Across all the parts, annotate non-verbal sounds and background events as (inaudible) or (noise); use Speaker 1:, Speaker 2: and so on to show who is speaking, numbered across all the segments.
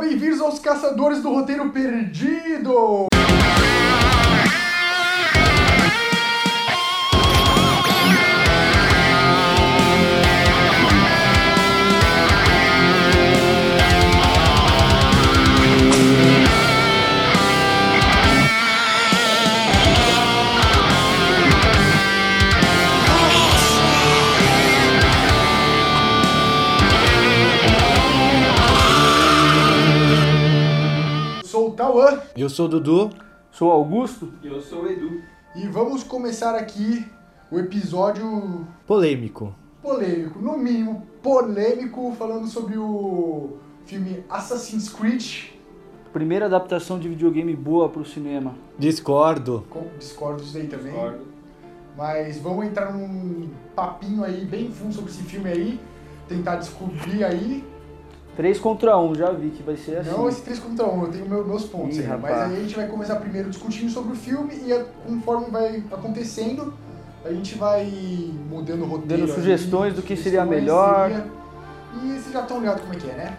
Speaker 1: bem-vindos aos Caçadores do Roteiro Perdido! Sou o Tauan
Speaker 2: Eu sou o Dudu.
Speaker 3: Sou Augusto?
Speaker 4: Eu sou o Edu.
Speaker 1: e vamos começar aqui o episódio
Speaker 2: Polêmico.
Speaker 1: polêmico, no mínimo polêmico, falando sobre o filme Assassin's Creed.
Speaker 3: Primeira adaptação de videogame boa pro cinema.
Speaker 2: Discordo.
Speaker 1: Com- Discordo disso daí também.
Speaker 4: Discordo.
Speaker 1: Mas vamos entrar num papinho aí bem fundo sobre esse filme aí, tentar descobrir aí.
Speaker 3: 3 contra 1, já vi que vai ser assim.
Speaker 1: Não esse 3 contra 1, eu tenho meu- meus pontos
Speaker 3: Ih,
Speaker 1: aí.
Speaker 3: rapaz.
Speaker 1: Mas aí a gente vai começar primeiro discutindo sobre o filme e a- conforme vai acontecendo, a gente vai mudando o roteiro.
Speaker 3: Dando sugestões do que seria
Speaker 1: sugestões,
Speaker 3: melhor.
Speaker 1: seria- E vocês já estão ligados como é que é, né?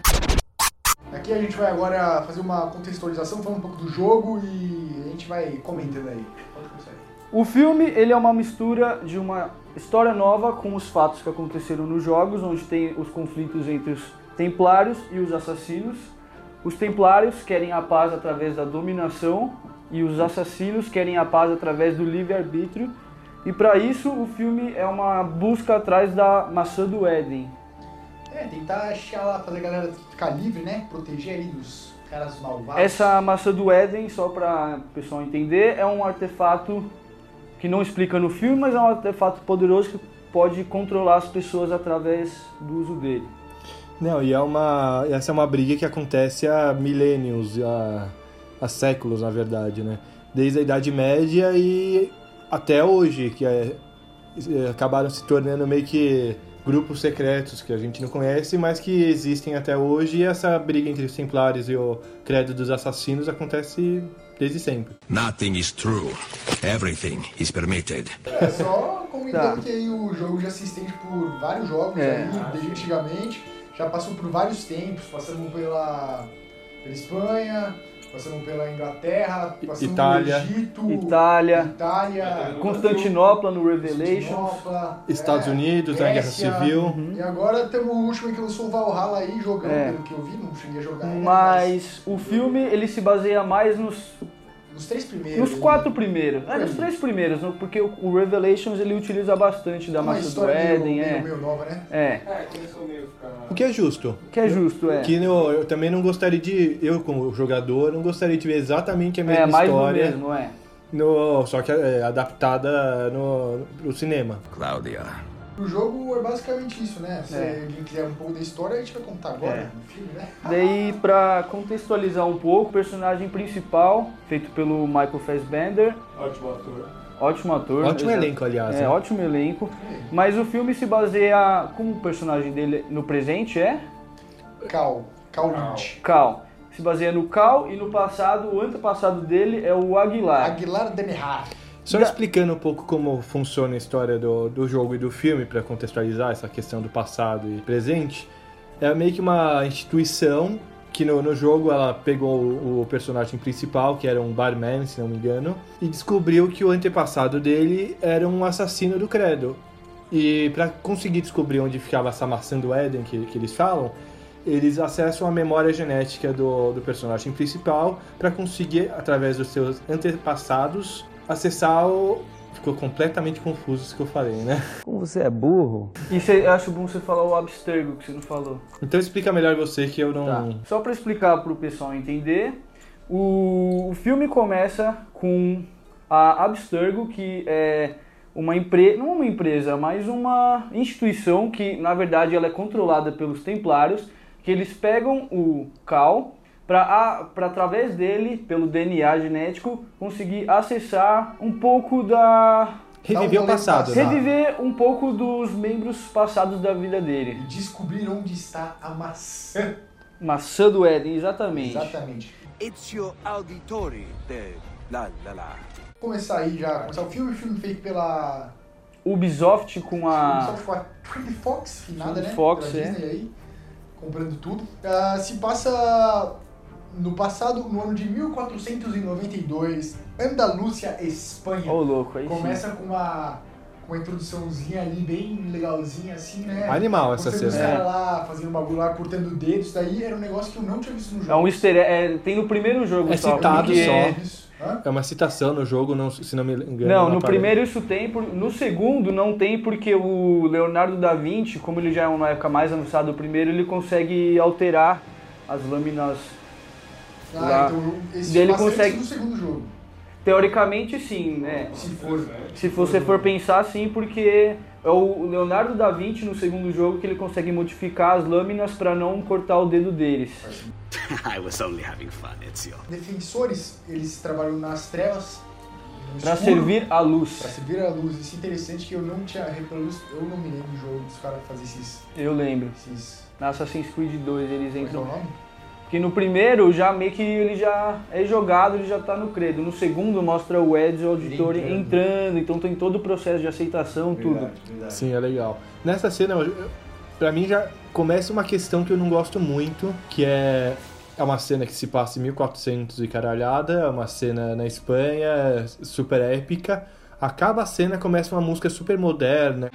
Speaker 1: Aqui a gente vai agora fazer uma contextualização, falando um pouco do jogo e a gente vai comentando aí. Pode começar aí.
Speaker 3: O filme, ele é uma mistura de uma história nova com os fatos que aconteceram nos jogos, onde tem os conflitos entre os templários e os assassinos. Os templários querem a paz através da dominação e os assassinos querem a paz através do livre-arbítrio. E para isso, o filme é uma busca atrás da maçã do Éden.
Speaker 1: É, tentar achar lá, fazer a galera ficar livre, né? Proteger ali dos caras malvados.
Speaker 3: Essa maçã do Éden, só para o pessoal entender, é um artefato que não explica no filme, mas é um artefato poderoso que pode controlar as pessoas através do uso dele.
Speaker 2: Não, e é uma. Essa é uma briga que acontece há milênios, há, há séculos, na verdade, né? Desde a Idade Média e até hoje, que é- acabaram se tornando meio que grupos secretos que a gente não conhece, mas que existem até hoje. E essa briga entre os Templários e o Credo dos Assassinos acontece desde sempre.
Speaker 5: Nothing is true. Everything is permitted.
Speaker 1: É, só comentando
Speaker 3: Tá.
Speaker 1: que aí o jogo já se estende por vários jogos
Speaker 3: É.
Speaker 1: aí, desde antigamente. Já passou por vários tempos, passamos pela, pela Espanha, passamos pela Inglaterra,
Speaker 2: I-
Speaker 1: passamos
Speaker 2: Itália.
Speaker 1: pelo Egito,
Speaker 3: Itália,
Speaker 1: Itália,
Speaker 3: Constantinopla no Revelation,
Speaker 1: Constantinopla,
Speaker 2: Estados
Speaker 1: é,
Speaker 2: Unidos,
Speaker 3: né,
Speaker 2: na Guerra
Speaker 1: Grécia. Uhum.
Speaker 2: Civil.
Speaker 1: E agora temos o último que lançou o Valhalla aí, jogando,
Speaker 3: É.
Speaker 1: pelo que eu vi, não cheguei a jogar ainda,
Speaker 3: mas o filme ele se baseia mais nos,
Speaker 1: mas Nos três primeiros.
Speaker 3: nos
Speaker 1: né?
Speaker 3: quatro primeiros, é, nos três primeiros, não, porque o o Revelations ele utiliza bastante da
Speaker 1: Uma
Speaker 3: maçã do
Speaker 1: história
Speaker 3: Éden,
Speaker 1: meio, meio,
Speaker 3: é,
Speaker 1: meio nova, né?
Speaker 3: é,
Speaker 4: É, começou meio ficar.
Speaker 2: O que é justo.
Speaker 3: que é justo, é.
Speaker 2: Que eu, eu também não gostaria de. Eu, como jogador, não gostaria de ver exatamente a mesma
Speaker 3: É, mais do
Speaker 2: história.
Speaker 3: mesmo, é.
Speaker 2: no- só que é, adaptada no, pro cinema.
Speaker 5: Claudia.
Speaker 1: O jogo é basicamente isso, né? Se
Speaker 3: É.
Speaker 1: alguém quiser um pouco da história, a gente vai contar agora
Speaker 3: É.
Speaker 1: no filme, né?
Speaker 3: Daí, pra contextualizar um pouco, o personagem principal, feito pelo Michael Fassbender,
Speaker 4: Ótimo ator.
Speaker 3: ótimo ator.
Speaker 2: Ótimo
Speaker 3: exa-
Speaker 2: elenco, aliás.
Speaker 3: É,
Speaker 2: né?
Speaker 3: ótimo elenco. Mas o filme se baseia, como o personagem dele no presente é?
Speaker 1: Cal. Cal Lynch.
Speaker 3: Cal. Se baseia no Cal e no passado, o antepassado dele é o Aguilar.
Speaker 1: Aguilar Demerhar.
Speaker 2: Só
Speaker 3: Da-
Speaker 2: explicando um pouco como funciona a história do, do jogo e do filme, para contextualizar essa questão do passado e presente, é meio que uma instituição que no, no jogo ela pegou o, o personagem principal, que era um barman, se não me engano, e descobriu que o antepassado dele era um assassino do credo. E para conseguir descobrir onde ficava essa maçã do Éden que, que eles falam, eles acessam a memória genética do, do personagem principal para conseguir, através dos seus antepassados, acessar o. Ficou completamente confuso isso que eu falei, né?
Speaker 3: E cê, eu acho bom você falar o Abstergo, que você não falou.
Speaker 2: Então explica melhor você que eu não.
Speaker 3: Tá. Só para explicar para o pessoal entender, o, o filme começa com a Abstergo, que é uma empresa, não uma empresa, mas uma instituição que na verdade ela é controlada pelos Templários, que eles pegam o Cal para através dele, pelo DNA genético, conseguir acessar um pouco da um
Speaker 2: Reviver o passado. né?
Speaker 3: reviver um pouco dos membros passados da vida dele.
Speaker 1: E descobrir onde está a maçã.
Speaker 3: Maçã do Éden, exatamente.
Speaker 1: Exatamente.
Speaker 6: It's your auditori de la la la.
Speaker 1: Vou começar aí já. Começar o filme. Filme feito pela.
Speaker 3: Ubisoft com a.
Speaker 1: Ubisoft, com a Twin Fox, finada, né?
Speaker 3: Ah. Fox,
Speaker 1: Pela
Speaker 3: é.
Speaker 1: Disney aí. Comprando tudo. Ah, se passa no passado, no ano de 1492, Andalúcia, Espanha,
Speaker 3: Ô, louco, aí sim.
Speaker 1: começa com uma, com uma introduçãozinha ali, bem legalzinha, assim, né?
Speaker 2: Animal essa
Speaker 1: Você vê os
Speaker 2: cena.
Speaker 1: caras lá fazendo um bagulho lá, cortando o dedo, isso daí era um negócio que eu não tinha visto no
Speaker 3: É um
Speaker 1: jogo.
Speaker 3: easter egg. é, tem no primeiro jogo
Speaker 2: É
Speaker 3: só.
Speaker 2: citado
Speaker 3: porque-
Speaker 2: só.
Speaker 1: Eu não tinha visto. Hã?
Speaker 2: É uma citação no jogo, não- se não me engano.
Speaker 3: Não,
Speaker 2: na
Speaker 3: no
Speaker 2: parede.
Speaker 3: primeiro isso tem, por- no segundo não tem porque o Leonardo da Vinci, como ele já é uma época mais avançada do primeiro, ele consegue alterar as lâminas.
Speaker 1: Ah,
Speaker 3: Lá.
Speaker 1: então esse
Speaker 3: Dele
Speaker 1: passa antes
Speaker 3: consegue-
Speaker 1: do segundo jogo.
Speaker 3: Teoricamente sim, né?
Speaker 1: Se for.
Speaker 3: Se você for pensar sim, porque é o Leonardo da Vinci no segundo jogo que ele consegue modificar as lâminas pra não cortar o dedo deles.
Speaker 7: I was only having fun, Ezio.
Speaker 1: Defensores, eles trabalham nas trevas. no
Speaker 3: Pra
Speaker 1: escuro,
Speaker 3: servir à
Speaker 1: Pra
Speaker 3: luz.
Speaker 1: servir a luz. Isso é interessante que eu não tinha. Pelo menos eu não me lembro do jogo dos caras fazer esses.
Speaker 3: Eu lembro.
Speaker 1: esses
Speaker 3: Na Assassin's Creed 2 eles
Speaker 1: como é que é o
Speaker 3: entram
Speaker 1: nome?
Speaker 3: Que no primeiro já meio que ele já é jogado, ele já tá no credo. No segundo mostra o Ezio Auditore
Speaker 8: Ele
Speaker 3: entrando.
Speaker 8: entrando.
Speaker 3: então tem todo o processo de aceitação, tudo.
Speaker 8: Verdade, verdade.
Speaker 2: Sim, é legal. Nessa cena, eu- eu- pra mim já começa uma questão que eu não gosto muito, que é é uma cena que se passa em 1400 e caralhada, é uma cena na Espanha, é super épica. Acaba a cena, começa uma música super moderna.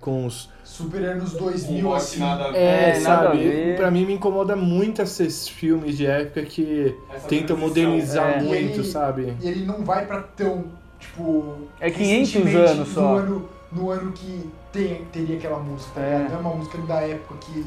Speaker 2: Com os
Speaker 1: Super anos 2000,
Speaker 4: Um
Speaker 1: assim.
Speaker 4: assim. nada a ver.
Speaker 2: é,
Speaker 3: É, nada a
Speaker 2: sabe?
Speaker 3: ver.
Speaker 2: Pra mim me incomoda muito esses filmes de época que
Speaker 4: Essa
Speaker 2: tentam
Speaker 4: transição.
Speaker 2: modernizar
Speaker 3: É.
Speaker 2: muito,
Speaker 1: E-
Speaker 2: sabe?
Speaker 1: E ele não vai pra tão. Tipo.
Speaker 3: É 500
Speaker 1: recentemente,
Speaker 3: anos
Speaker 1: No
Speaker 3: só.
Speaker 1: ano, no ano que tem, teria aquela música, tá
Speaker 3: É.
Speaker 1: ligado? Não é uma música da época que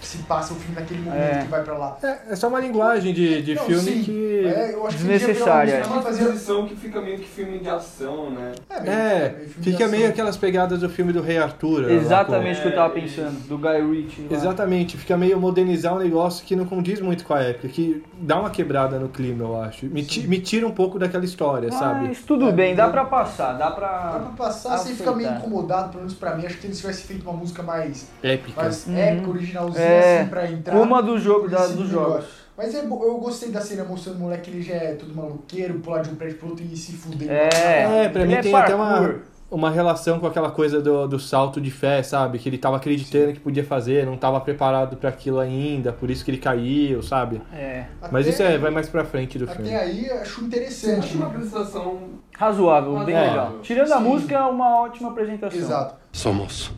Speaker 1: se passa o filme naquele momento
Speaker 3: É.
Speaker 1: que vai pra lá.
Speaker 2: É, é só uma linguagem de, de
Speaker 1: Não,
Speaker 2: filme
Speaker 1: sim.
Speaker 2: que.
Speaker 1: É, eu acho que
Speaker 3: Desnecessária.
Speaker 1: podia
Speaker 4: É
Speaker 1: pegar
Speaker 4: uma
Speaker 1: uma música que fazia-
Speaker 4: transição que fica meio que filme de ação, né?
Speaker 1: meio-
Speaker 2: É,
Speaker 1: filme assim, de
Speaker 2: fica
Speaker 1: ação.
Speaker 2: meio aquelas pegadas do filme do Rei Arthur. lá com-
Speaker 3: Exatamente o que eu tava
Speaker 4: É,
Speaker 3: pensando, do Guy Ritchie. lá.
Speaker 2: Exatamente, fica meio modernizar um negócio que não condiz muito com a época, que dá uma quebrada no clima, eu acho. Me, ti- me tira um pouco daquela história, sabe?
Speaker 3: Mas tudo
Speaker 1: É,
Speaker 3: bem, dá
Speaker 1: eu-
Speaker 3: pra passar,
Speaker 1: Dá
Speaker 3: dá pra.
Speaker 1: pra passar, você fica meio
Speaker 3: Aceitar.
Speaker 1: incomodado, pelo menos pra mim. Acho que eles tivessem feito uma música mais,
Speaker 2: Épica.
Speaker 1: mais
Speaker 3: Uhum.
Speaker 1: épica, originalzinha,
Speaker 3: É,
Speaker 1: assim, pra entrar.
Speaker 3: Uma do jogo, da,
Speaker 1: Esse
Speaker 3: dos
Speaker 1: melhor.
Speaker 3: jogos.
Speaker 1: Mas é bo- eu gostei da cena mostrando o moleque que ele já é todo maluqueiro, pular de um prédio pro outro e se fuder.
Speaker 3: É,
Speaker 2: É, pra
Speaker 3: ele
Speaker 2: mim tem até uma-
Speaker 3: parkour.
Speaker 2: uma relação com aquela coisa do, do salto de fé, sabe? Que ele tava acreditando que podia fazer, não tava preparado pra aquilo ainda, por isso que ele caiu, sabe?
Speaker 3: É,
Speaker 2: Mas
Speaker 1: Até-
Speaker 2: isso é, vai mais pra frente do filme.
Speaker 1: Até aí acho
Speaker 4: Acho
Speaker 1: interessante. né?
Speaker 4: uma apresentação
Speaker 3: razoável, bem
Speaker 4: É.
Speaker 3: legal. Tirando a
Speaker 1: Sim.
Speaker 3: música, é uma ótima apresentação.
Speaker 1: Exato.
Speaker 5: Somos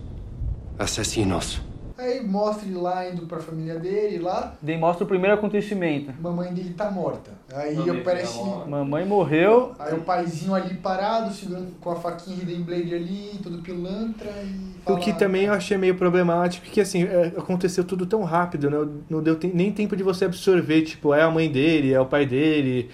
Speaker 5: assassinos.
Speaker 1: Aí mostra ele lá indo pra família dele, lá,
Speaker 3: Daí mostra o primeiro acontecimento.
Speaker 1: mamãe dele tá morta. Aí
Speaker 4: Mamãe
Speaker 1: aparece.
Speaker 4: dele tá morta.
Speaker 3: Mamãe morreu,
Speaker 1: Aí o paizinho ali parado, segurando com a faquinha Hidden Blade ali, todo pilantra e.
Speaker 2: O
Speaker 1: fala-
Speaker 2: que também é- eu achei meio problemático, porque assim, é, aconteceu tudo tão rápido, né? Não deu tem- nem tempo de você absorver, tipo, é a mãe dele, é o pai dele.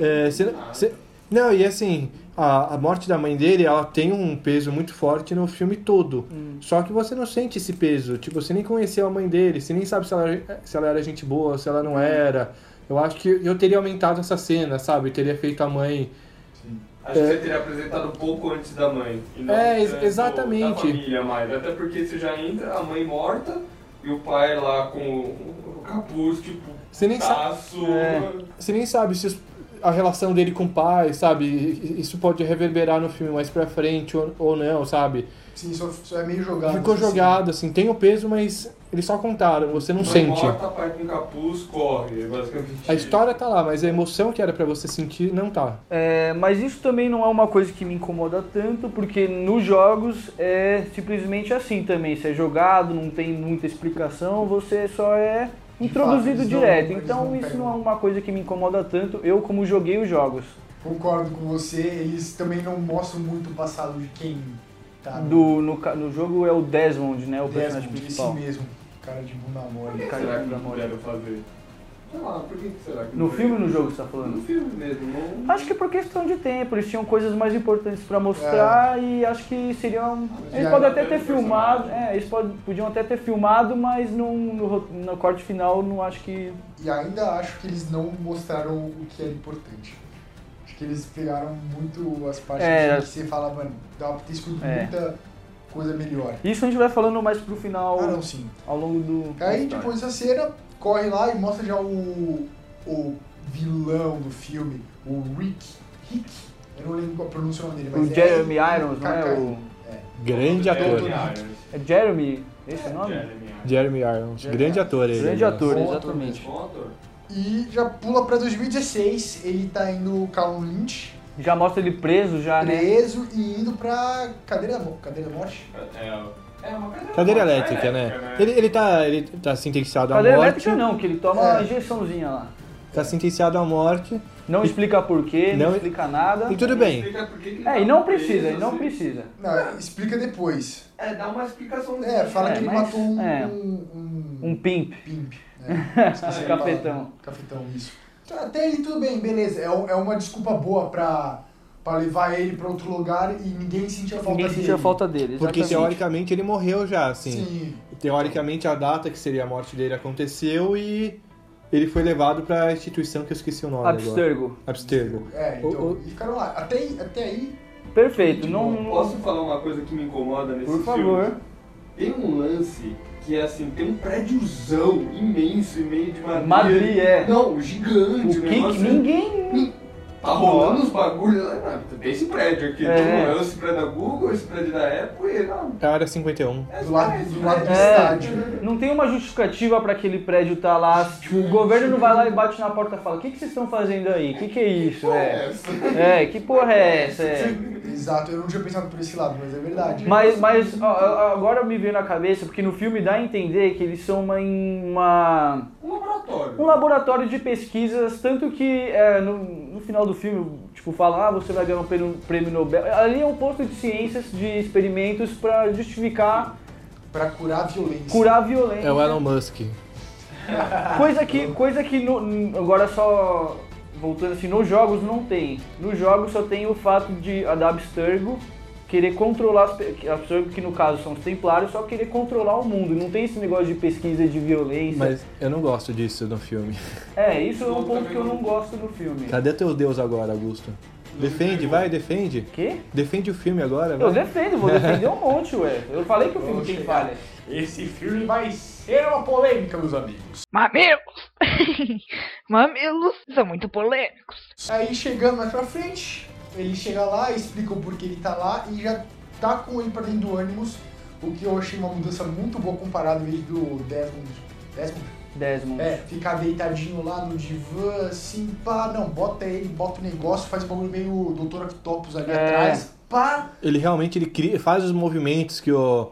Speaker 2: É, cê- cê- não, e assim, a, a morte da mãe dele, ela tem um peso muito forte no filme todo. Só que você não sente esse peso. Tipo, você nem conheceu a mãe dele, você nem sabe se ela, se ela era gente boa, se ela não era. Eu acho que eu teria aumentado essa cena, sabe? Eu teria feito a mãe.
Speaker 4: Acho que você teria apresentado pouco antes da mãe. e não
Speaker 2: É, ex-
Speaker 4: tanto
Speaker 2: exatamente.
Speaker 4: Da família mais. Até porque você já entra a mãe morta e o pai lá com o o capuz, tipo,
Speaker 2: Você nem sabe. É.
Speaker 4: taço.
Speaker 2: Você nem sabe se os- a relação dele com o pai, sabe? I- Isso pode reverberar no filme mais pra frente ou, ou não, sabe?
Speaker 1: Sim, só, só é meio jogado.
Speaker 2: Ficou
Speaker 1: assim.
Speaker 2: jogado, assim, tem o peso, mas eles só contaram, você não
Speaker 4: mãe
Speaker 2: sente.
Speaker 4: morta, pai com capuz, corre. é Basicamente.
Speaker 2: A história tá lá, mas a emoção que era pra você sentir não tá.
Speaker 3: É, mas isso também não é uma coisa que me incomoda tanto, porque nos jogos é simplesmente assim também. Você é jogado, não tem muita explicação, você só é introduzido
Speaker 1: eles não-
Speaker 3: direto.
Speaker 1: eles
Speaker 3: então
Speaker 1: não
Speaker 3: isso
Speaker 1: pegam.
Speaker 3: não é uma coisa que me incomoda tanto, eu como joguei os jogos.
Speaker 1: Concordo com você, eles também não mostram muito o passado de quem tá no
Speaker 3: Do, no, ca- no jogo é o Desmond, né? O
Speaker 1: Desmond,
Speaker 3: personagem
Speaker 1: esse
Speaker 3: principal.
Speaker 1: mesmo. Cara de bunda mole.
Speaker 4: Por que será que não puderam fazer? Sei lá, por que que será que
Speaker 3: No
Speaker 4: não
Speaker 3: filme ou
Speaker 4: foi?
Speaker 3: no jogo você tá
Speaker 4: No
Speaker 3: falando?
Speaker 4: filme mesmo, não.
Speaker 3: Acho que por questão de tempo, eles tinham coisas mais importantes pra
Speaker 1: É.
Speaker 3: mostrar e acho que seriam. Eles
Speaker 1: Já
Speaker 3: podem
Speaker 4: era
Speaker 3: até ter
Speaker 4: grande
Speaker 3: filmado,
Speaker 4: personagem.
Speaker 3: é, eles pod- podiam até ter filmado, mas no, no, ro- no corte final não acho que.
Speaker 1: E ainda acho que eles não mostraram o que era importante. Acho que eles pegaram muito as partes
Speaker 3: É.
Speaker 1: que você fala, mano, dá pra ter escolhido
Speaker 3: É.
Speaker 1: muita coisa melhor.
Speaker 3: Isso a gente vai falando mais pro final,
Speaker 1: Ah, não, sim.
Speaker 3: ao longo do. da
Speaker 1: Aí
Speaker 3: história.
Speaker 1: depois da cena, corre lá e mostra já o, o vilão do filme, o Rick. Rick? Eu não lembro qual a pronúncia dele, mas
Speaker 3: O
Speaker 1: é
Speaker 3: Jeremy Irons, não é?
Speaker 1: KK.
Speaker 3: O...
Speaker 2: Grande ator.
Speaker 4: Jeremy Irons.
Speaker 3: É Jeremy, esse é o nome?
Speaker 4: Jeremy Irons.
Speaker 2: Jeremy Irons.
Speaker 1: Jeremy
Speaker 2: Grande
Speaker 1: Irons.
Speaker 2: ator ele. né?
Speaker 3: Grande
Speaker 2: nossa.
Speaker 3: ator,
Speaker 1: Bom ator
Speaker 3: exatamente.
Speaker 4: Bom ator.
Speaker 1: E já pula pra 2016, ele tá indo Calum Lynch,
Speaker 3: Já mostra ele preso já, né?
Speaker 1: preso e indo pra cadeira da, mo- cadeira da morte.
Speaker 4: É, é uma É, cadeira,
Speaker 2: Cadeira
Speaker 4: uma
Speaker 2: elétrica, né? Ele, ele tá, ele tá sentenciado à
Speaker 3: Cadeira
Speaker 2: morte.
Speaker 3: elétrica não, que ele toma uma
Speaker 1: É.
Speaker 3: injeçãozinha lá.
Speaker 2: Tá sentenciado à morte.
Speaker 3: Não explica porquê, não,
Speaker 2: Não-
Speaker 3: explica nada.
Speaker 2: E tudo bem.
Speaker 4: Explica por que que ele
Speaker 3: É, e
Speaker 4: tá
Speaker 3: não
Speaker 4: preso,
Speaker 3: precisa, e não
Speaker 4: assim.
Speaker 3: precisa.
Speaker 1: Não, explica depois.
Speaker 4: É, dá uma explicação.
Speaker 1: É, fala
Speaker 3: É,
Speaker 1: que ele
Speaker 3: mas-
Speaker 1: matou um,
Speaker 3: é.
Speaker 1: um,
Speaker 3: Um pimp.
Speaker 1: pimp.
Speaker 3: (laughs)
Speaker 1: Né? Esqueci a palavra.
Speaker 3: Cafetão.
Speaker 1: Cafetão, isso. Então, Até aí tudo bem, beleza. É, um- é uma desculpa boa pra, pra levar ele pra outro lugar e ninguém sentia falta
Speaker 3: Ninguém
Speaker 1: dele.
Speaker 3: sentia falta dele,
Speaker 2: Porque
Speaker 3: exatamente.
Speaker 2: teoricamente ele morreu já, assim.
Speaker 1: Sim.
Speaker 2: Teoricamente a data que seria a morte dele aconteceu e ele foi levado pra instituição que eu esqueci o nome agora.
Speaker 3: Abstergo.
Speaker 2: Abstergo.
Speaker 1: É, então,
Speaker 2: O- o-
Speaker 1: e ficaram lá. Até, aí- até aí,
Speaker 3: Perfeito. Não,
Speaker 4: Posso falar uma coisa que me incomoda nesse
Speaker 3: Por
Speaker 4: filme?
Speaker 3: favor.
Speaker 4: Tem um lance que é assim, tem um prédiozão imenso em meio de Madrid.
Speaker 3: Madrid, é. assim.
Speaker 4: Não, gigante, um
Speaker 3: O que que
Speaker 4: negócio-
Speaker 3: ninguém...
Speaker 4: Tá rolando uns bagulhos lá. Não, tem esse prédio aqui.
Speaker 3: É.
Speaker 4: Não, esse prédio da Google, esse prédio da Apple e. Não,
Speaker 2: É a área 51.
Speaker 4: é
Speaker 1: do lado
Speaker 4: esse
Speaker 1: do, lado do
Speaker 4: prédio.
Speaker 1: estádio.
Speaker 3: Não tem uma justificativa pra aquele prédio estar lá. Tipo, o governo não vai lá e bate na porta e fala: O que, que vocês estão fazendo aí? O que, que é isso? É, é que porra é essa? É.
Speaker 1: Exato, eu não tinha pensado por esse lado, mas é verdade.
Speaker 3: Mas, mas ó, ó, agora me veio na cabeça, porque no filme dá a entender que eles são uma, em- uma-
Speaker 4: Um laboratório.
Speaker 3: um laboratório de pesquisas, tanto que é, no, no final do filme, tipo, fala, ah, você vai ganhar um prêmio, prêmio Nobel. Ali é um posto de ciências, de experimentos, pra justificar
Speaker 1: Pra curar a violência.
Speaker 3: curar a violência.
Speaker 2: É o Elon Musk.
Speaker 3: Coisa que, coisa que no- n- agora só voltando assim, nos jogos não tem. Nos jogos só tem o fato de a da Abstergo querer controlar as pe- que- Abstergo, que no caso são os templários, só querer controlar o mundo. Não tem esse negócio de pesquisa de violência.
Speaker 2: Mas eu não gosto disso no filme.
Speaker 3: É, isso é um
Speaker 4: Eu
Speaker 3: ponto
Speaker 4: também
Speaker 3: que eu não
Speaker 4: não.
Speaker 3: gosto no filme.
Speaker 2: Cadê teu Deus agora, Augusto? Defende, vai, defende.
Speaker 3: Quê?
Speaker 2: Defende o filme agora,
Speaker 3: Eu
Speaker 2: vai.
Speaker 3: defendo, vou defender um monte, ué. Eu falei que o filme tem falha.
Speaker 1: é. Esse filme vai ser uma polêmica, meus amigos.
Speaker 8: Mamilos! (laughs) Mamilos são muito polêmicos.
Speaker 1: Aí chegando mais pra frente, ele chega lá, explica o porquê ele tá lá e já tá com ele pra dentro do ânimos, o que eu achei uma mudança muito boa comparado ele do Desmond. Desmond?
Speaker 3: Desmond.
Speaker 1: É, ficar deitadinho lá no divã, assim, pá, não, bota ele, bota o negócio, faz um bagulho meio Doutor Octopus ali
Speaker 3: É.
Speaker 1: atrás, pá,
Speaker 2: Ele realmente ele cria, faz os movimentos que o.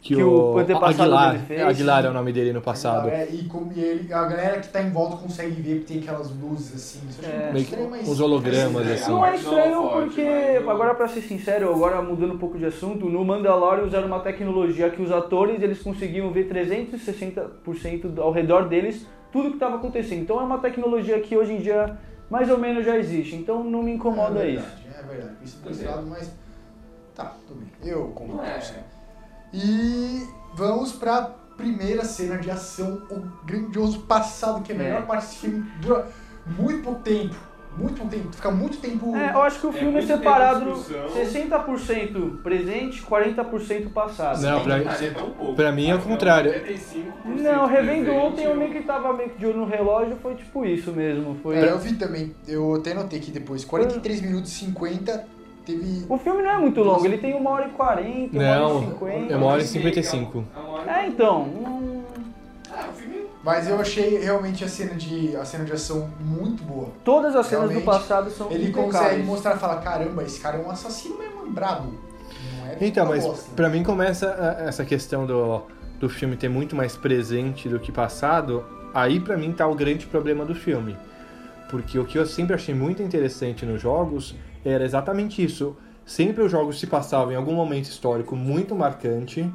Speaker 2: Que,
Speaker 3: Que o
Speaker 2: o
Speaker 3: antepassado
Speaker 2: Aguilar.
Speaker 3: dele fez.
Speaker 2: Aguilar é o nome dele no passado.
Speaker 1: É, e, como ele, a galera que tá em volta consegue ver que tem aquelas luzes assim, isso eu achei
Speaker 3: É.
Speaker 1: muito
Speaker 2: Meio que
Speaker 1: estranho, mas...
Speaker 2: uns hologramas,
Speaker 4: É,
Speaker 2: assim.
Speaker 3: Não é
Speaker 4: Não,
Speaker 3: estranho
Speaker 4: forte,
Speaker 3: porque,
Speaker 4: mas eu-
Speaker 3: agora pra ser sincero, agora mudando um pouco de assunto, no Mandalorian usaram uma tecnologia que os atores eles conseguiam ver 360% ao redor deles tudo que estava acontecendo. Então é uma tecnologia que hoje em dia mais ou menos já existe. Então não me incomoda
Speaker 1: é
Speaker 3: isso.
Speaker 1: verdade, É verdade, por isso desse lado, mas... Tá, tudo bem, eu concordo
Speaker 4: Não
Speaker 1: com
Speaker 4: é.
Speaker 1: você. E vamos pra primeira cena de ação, o grandioso passado, que é a melhor
Speaker 3: É.
Speaker 1: parte desse filme, dura muito pouco tempo, muito pouco tempo, fica muito tempo...
Speaker 3: É, eu acho que o
Speaker 4: É
Speaker 3: filme é
Speaker 4: muito tempo de
Speaker 3: separado
Speaker 4: discussão.
Speaker 3: 60% presente, 40% passado.
Speaker 2: Não, pra-
Speaker 4: Cara, é tão pouco.
Speaker 2: pra mim é o
Speaker 4: Não,
Speaker 2: contrário.
Speaker 4: 95%
Speaker 3: Não, revendo
Speaker 4: presente,
Speaker 3: ontem, eu meio que tava meio que de olho no relógio, foi tipo isso mesmo. Foi...
Speaker 1: É, eu vi também, eu até notei aqui depois, 43 minutos e 50, teve...
Speaker 3: O filme não é muito longo, ele tem uma hora e 40, uma hora
Speaker 2: Não,
Speaker 3: e 50.
Speaker 2: é uma hora e 55.
Speaker 4: É uma hora
Speaker 3: É,
Speaker 4: e-
Speaker 3: então. hum,
Speaker 4: Ah, o filme
Speaker 1: Mas eu achei realmente a cena de, a cena de ação muito boa.
Speaker 3: Todas as cenas
Speaker 1: Realmente,
Speaker 3: do passado são
Speaker 1: Ele consegue
Speaker 3: impecáveis.
Speaker 1: mostrar e falar, caramba, esse cara é um assassino mesmo, brabo. Não é
Speaker 2: Então,
Speaker 1: uma
Speaker 2: mas
Speaker 1: bosta.
Speaker 2: pra mim começa a- essa questão do, do filme ter muito mais presente do que passado. Aí pra mim tá o grande problema do filme. Porque o que eu sempre achei muito interessante nos jogos era exatamente isso. Sempre os jogos se passavam em algum momento histórico muito marcante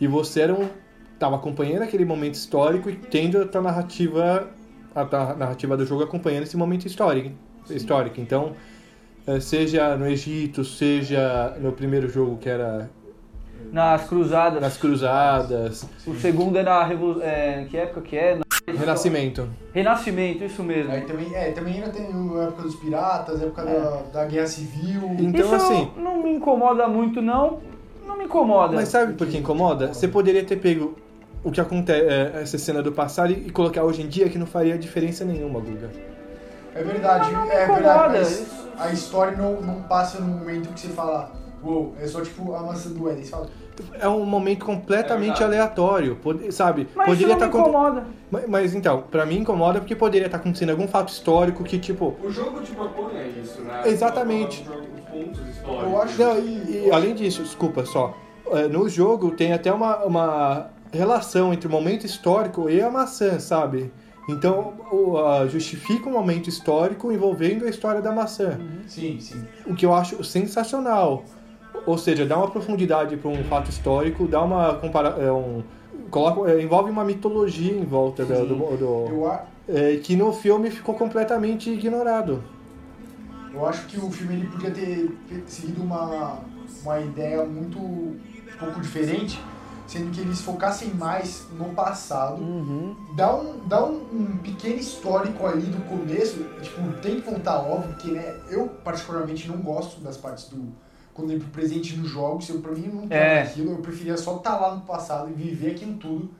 Speaker 2: e você era um, tava acompanhando aquele momento histórico e tendo a tua narrativa a ta- narrativa do jogo acompanhando esse momento histórico. histórico. Então, eh, seja no Egito, seja no primeiro jogo que era
Speaker 3: Nas cruzadas.
Speaker 2: nas Cruzadas,
Speaker 3: O segundo é na Revolução. É, que época que é? Na-
Speaker 2: Renascimento.
Speaker 3: Renascimento, isso mesmo.
Speaker 1: Aí também, é, também ainda tem a época dos piratas, a época
Speaker 3: É.
Speaker 1: da, da guerra civil.
Speaker 2: Então,
Speaker 3: isso
Speaker 2: assim,
Speaker 3: não me incomoda muito, não. Não me incomoda.
Speaker 2: mas sabe por que incomoda? Você poderia ter pego o que acontece, essa cena do passado e e colocar hoje em dia que não faria diferença nenhuma, Guga.
Speaker 1: É verdade,
Speaker 3: Mas não me
Speaker 1: é
Speaker 3: incomoda,
Speaker 1: verdade, mas
Speaker 3: isso-
Speaker 1: a história não, não passa no momento que você fala, Uou, é só tipo a maçã do Éden, sabe?
Speaker 2: É um momento completamente
Speaker 4: É verdade.
Speaker 2: aleatório, pode- sabe?
Speaker 3: Mas
Speaker 2: poderia tá
Speaker 3: isso não
Speaker 2: estar
Speaker 3: me incomoda.
Speaker 2: Mas, mas, então, pra mim incomoda porque poderia estar acontecendo algum fato histórico que, tipo.
Speaker 4: O jogo te propõe a isso, né?
Speaker 2: Exatamente.
Speaker 4: Os pontos históricos.
Speaker 1: Eu acho
Speaker 2: Não,
Speaker 1: que.
Speaker 2: e, e
Speaker 1: eu acho-
Speaker 2: além disso, desculpa só. é, No jogo tem até uma, uma relação entre o momento histórico e a maçã, sabe? Então, o- a- justifica um momento histórico envolvendo a história da maçã.
Speaker 1: Sim, sim.
Speaker 2: o que eu acho sensacional. Ou seja, dá uma profundidade para um fato histórico, dá uma comparação. Coloca, é, envolve uma mitologia em volta da- do. do-
Speaker 1: Eu, a-
Speaker 2: é, que no filme ficou completamente ignorado.
Speaker 1: eu acho que o filme ele podia ter pe- seguido uma, uma ideia muito um pouco diferente, sendo que eles focassem mais no passado. Dá, um, dá um, um pequeno histórico ali do começo, tipo, tem que contar óbvio, que né, eu particularmente não gosto das partes do. Quando ele presente nos jogos, eu pra mim não quero
Speaker 3: É.
Speaker 1: aquilo, eu preferia só estar lá no passado e viver aquilo tudo.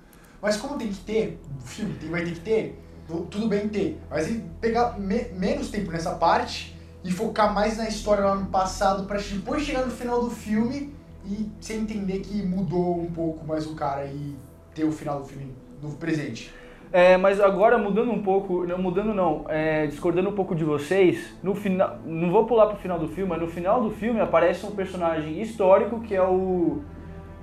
Speaker 1: Mas como tem que ter, o filme tem, vai ter que ter, tu- tudo bem ter. Mas ele pegar me- menos tempo nessa parte e focar mais na história lá no passado pra depois chegar no final do filme e você entender que mudou um pouco mais o cara e ter o final do filme no presente.
Speaker 3: É, mas agora mudando um pouco, não mudando não, é, discordando um pouco de vocês, no final, não vou pular pro final do filme, mas no final do filme aparece um personagem histórico que é o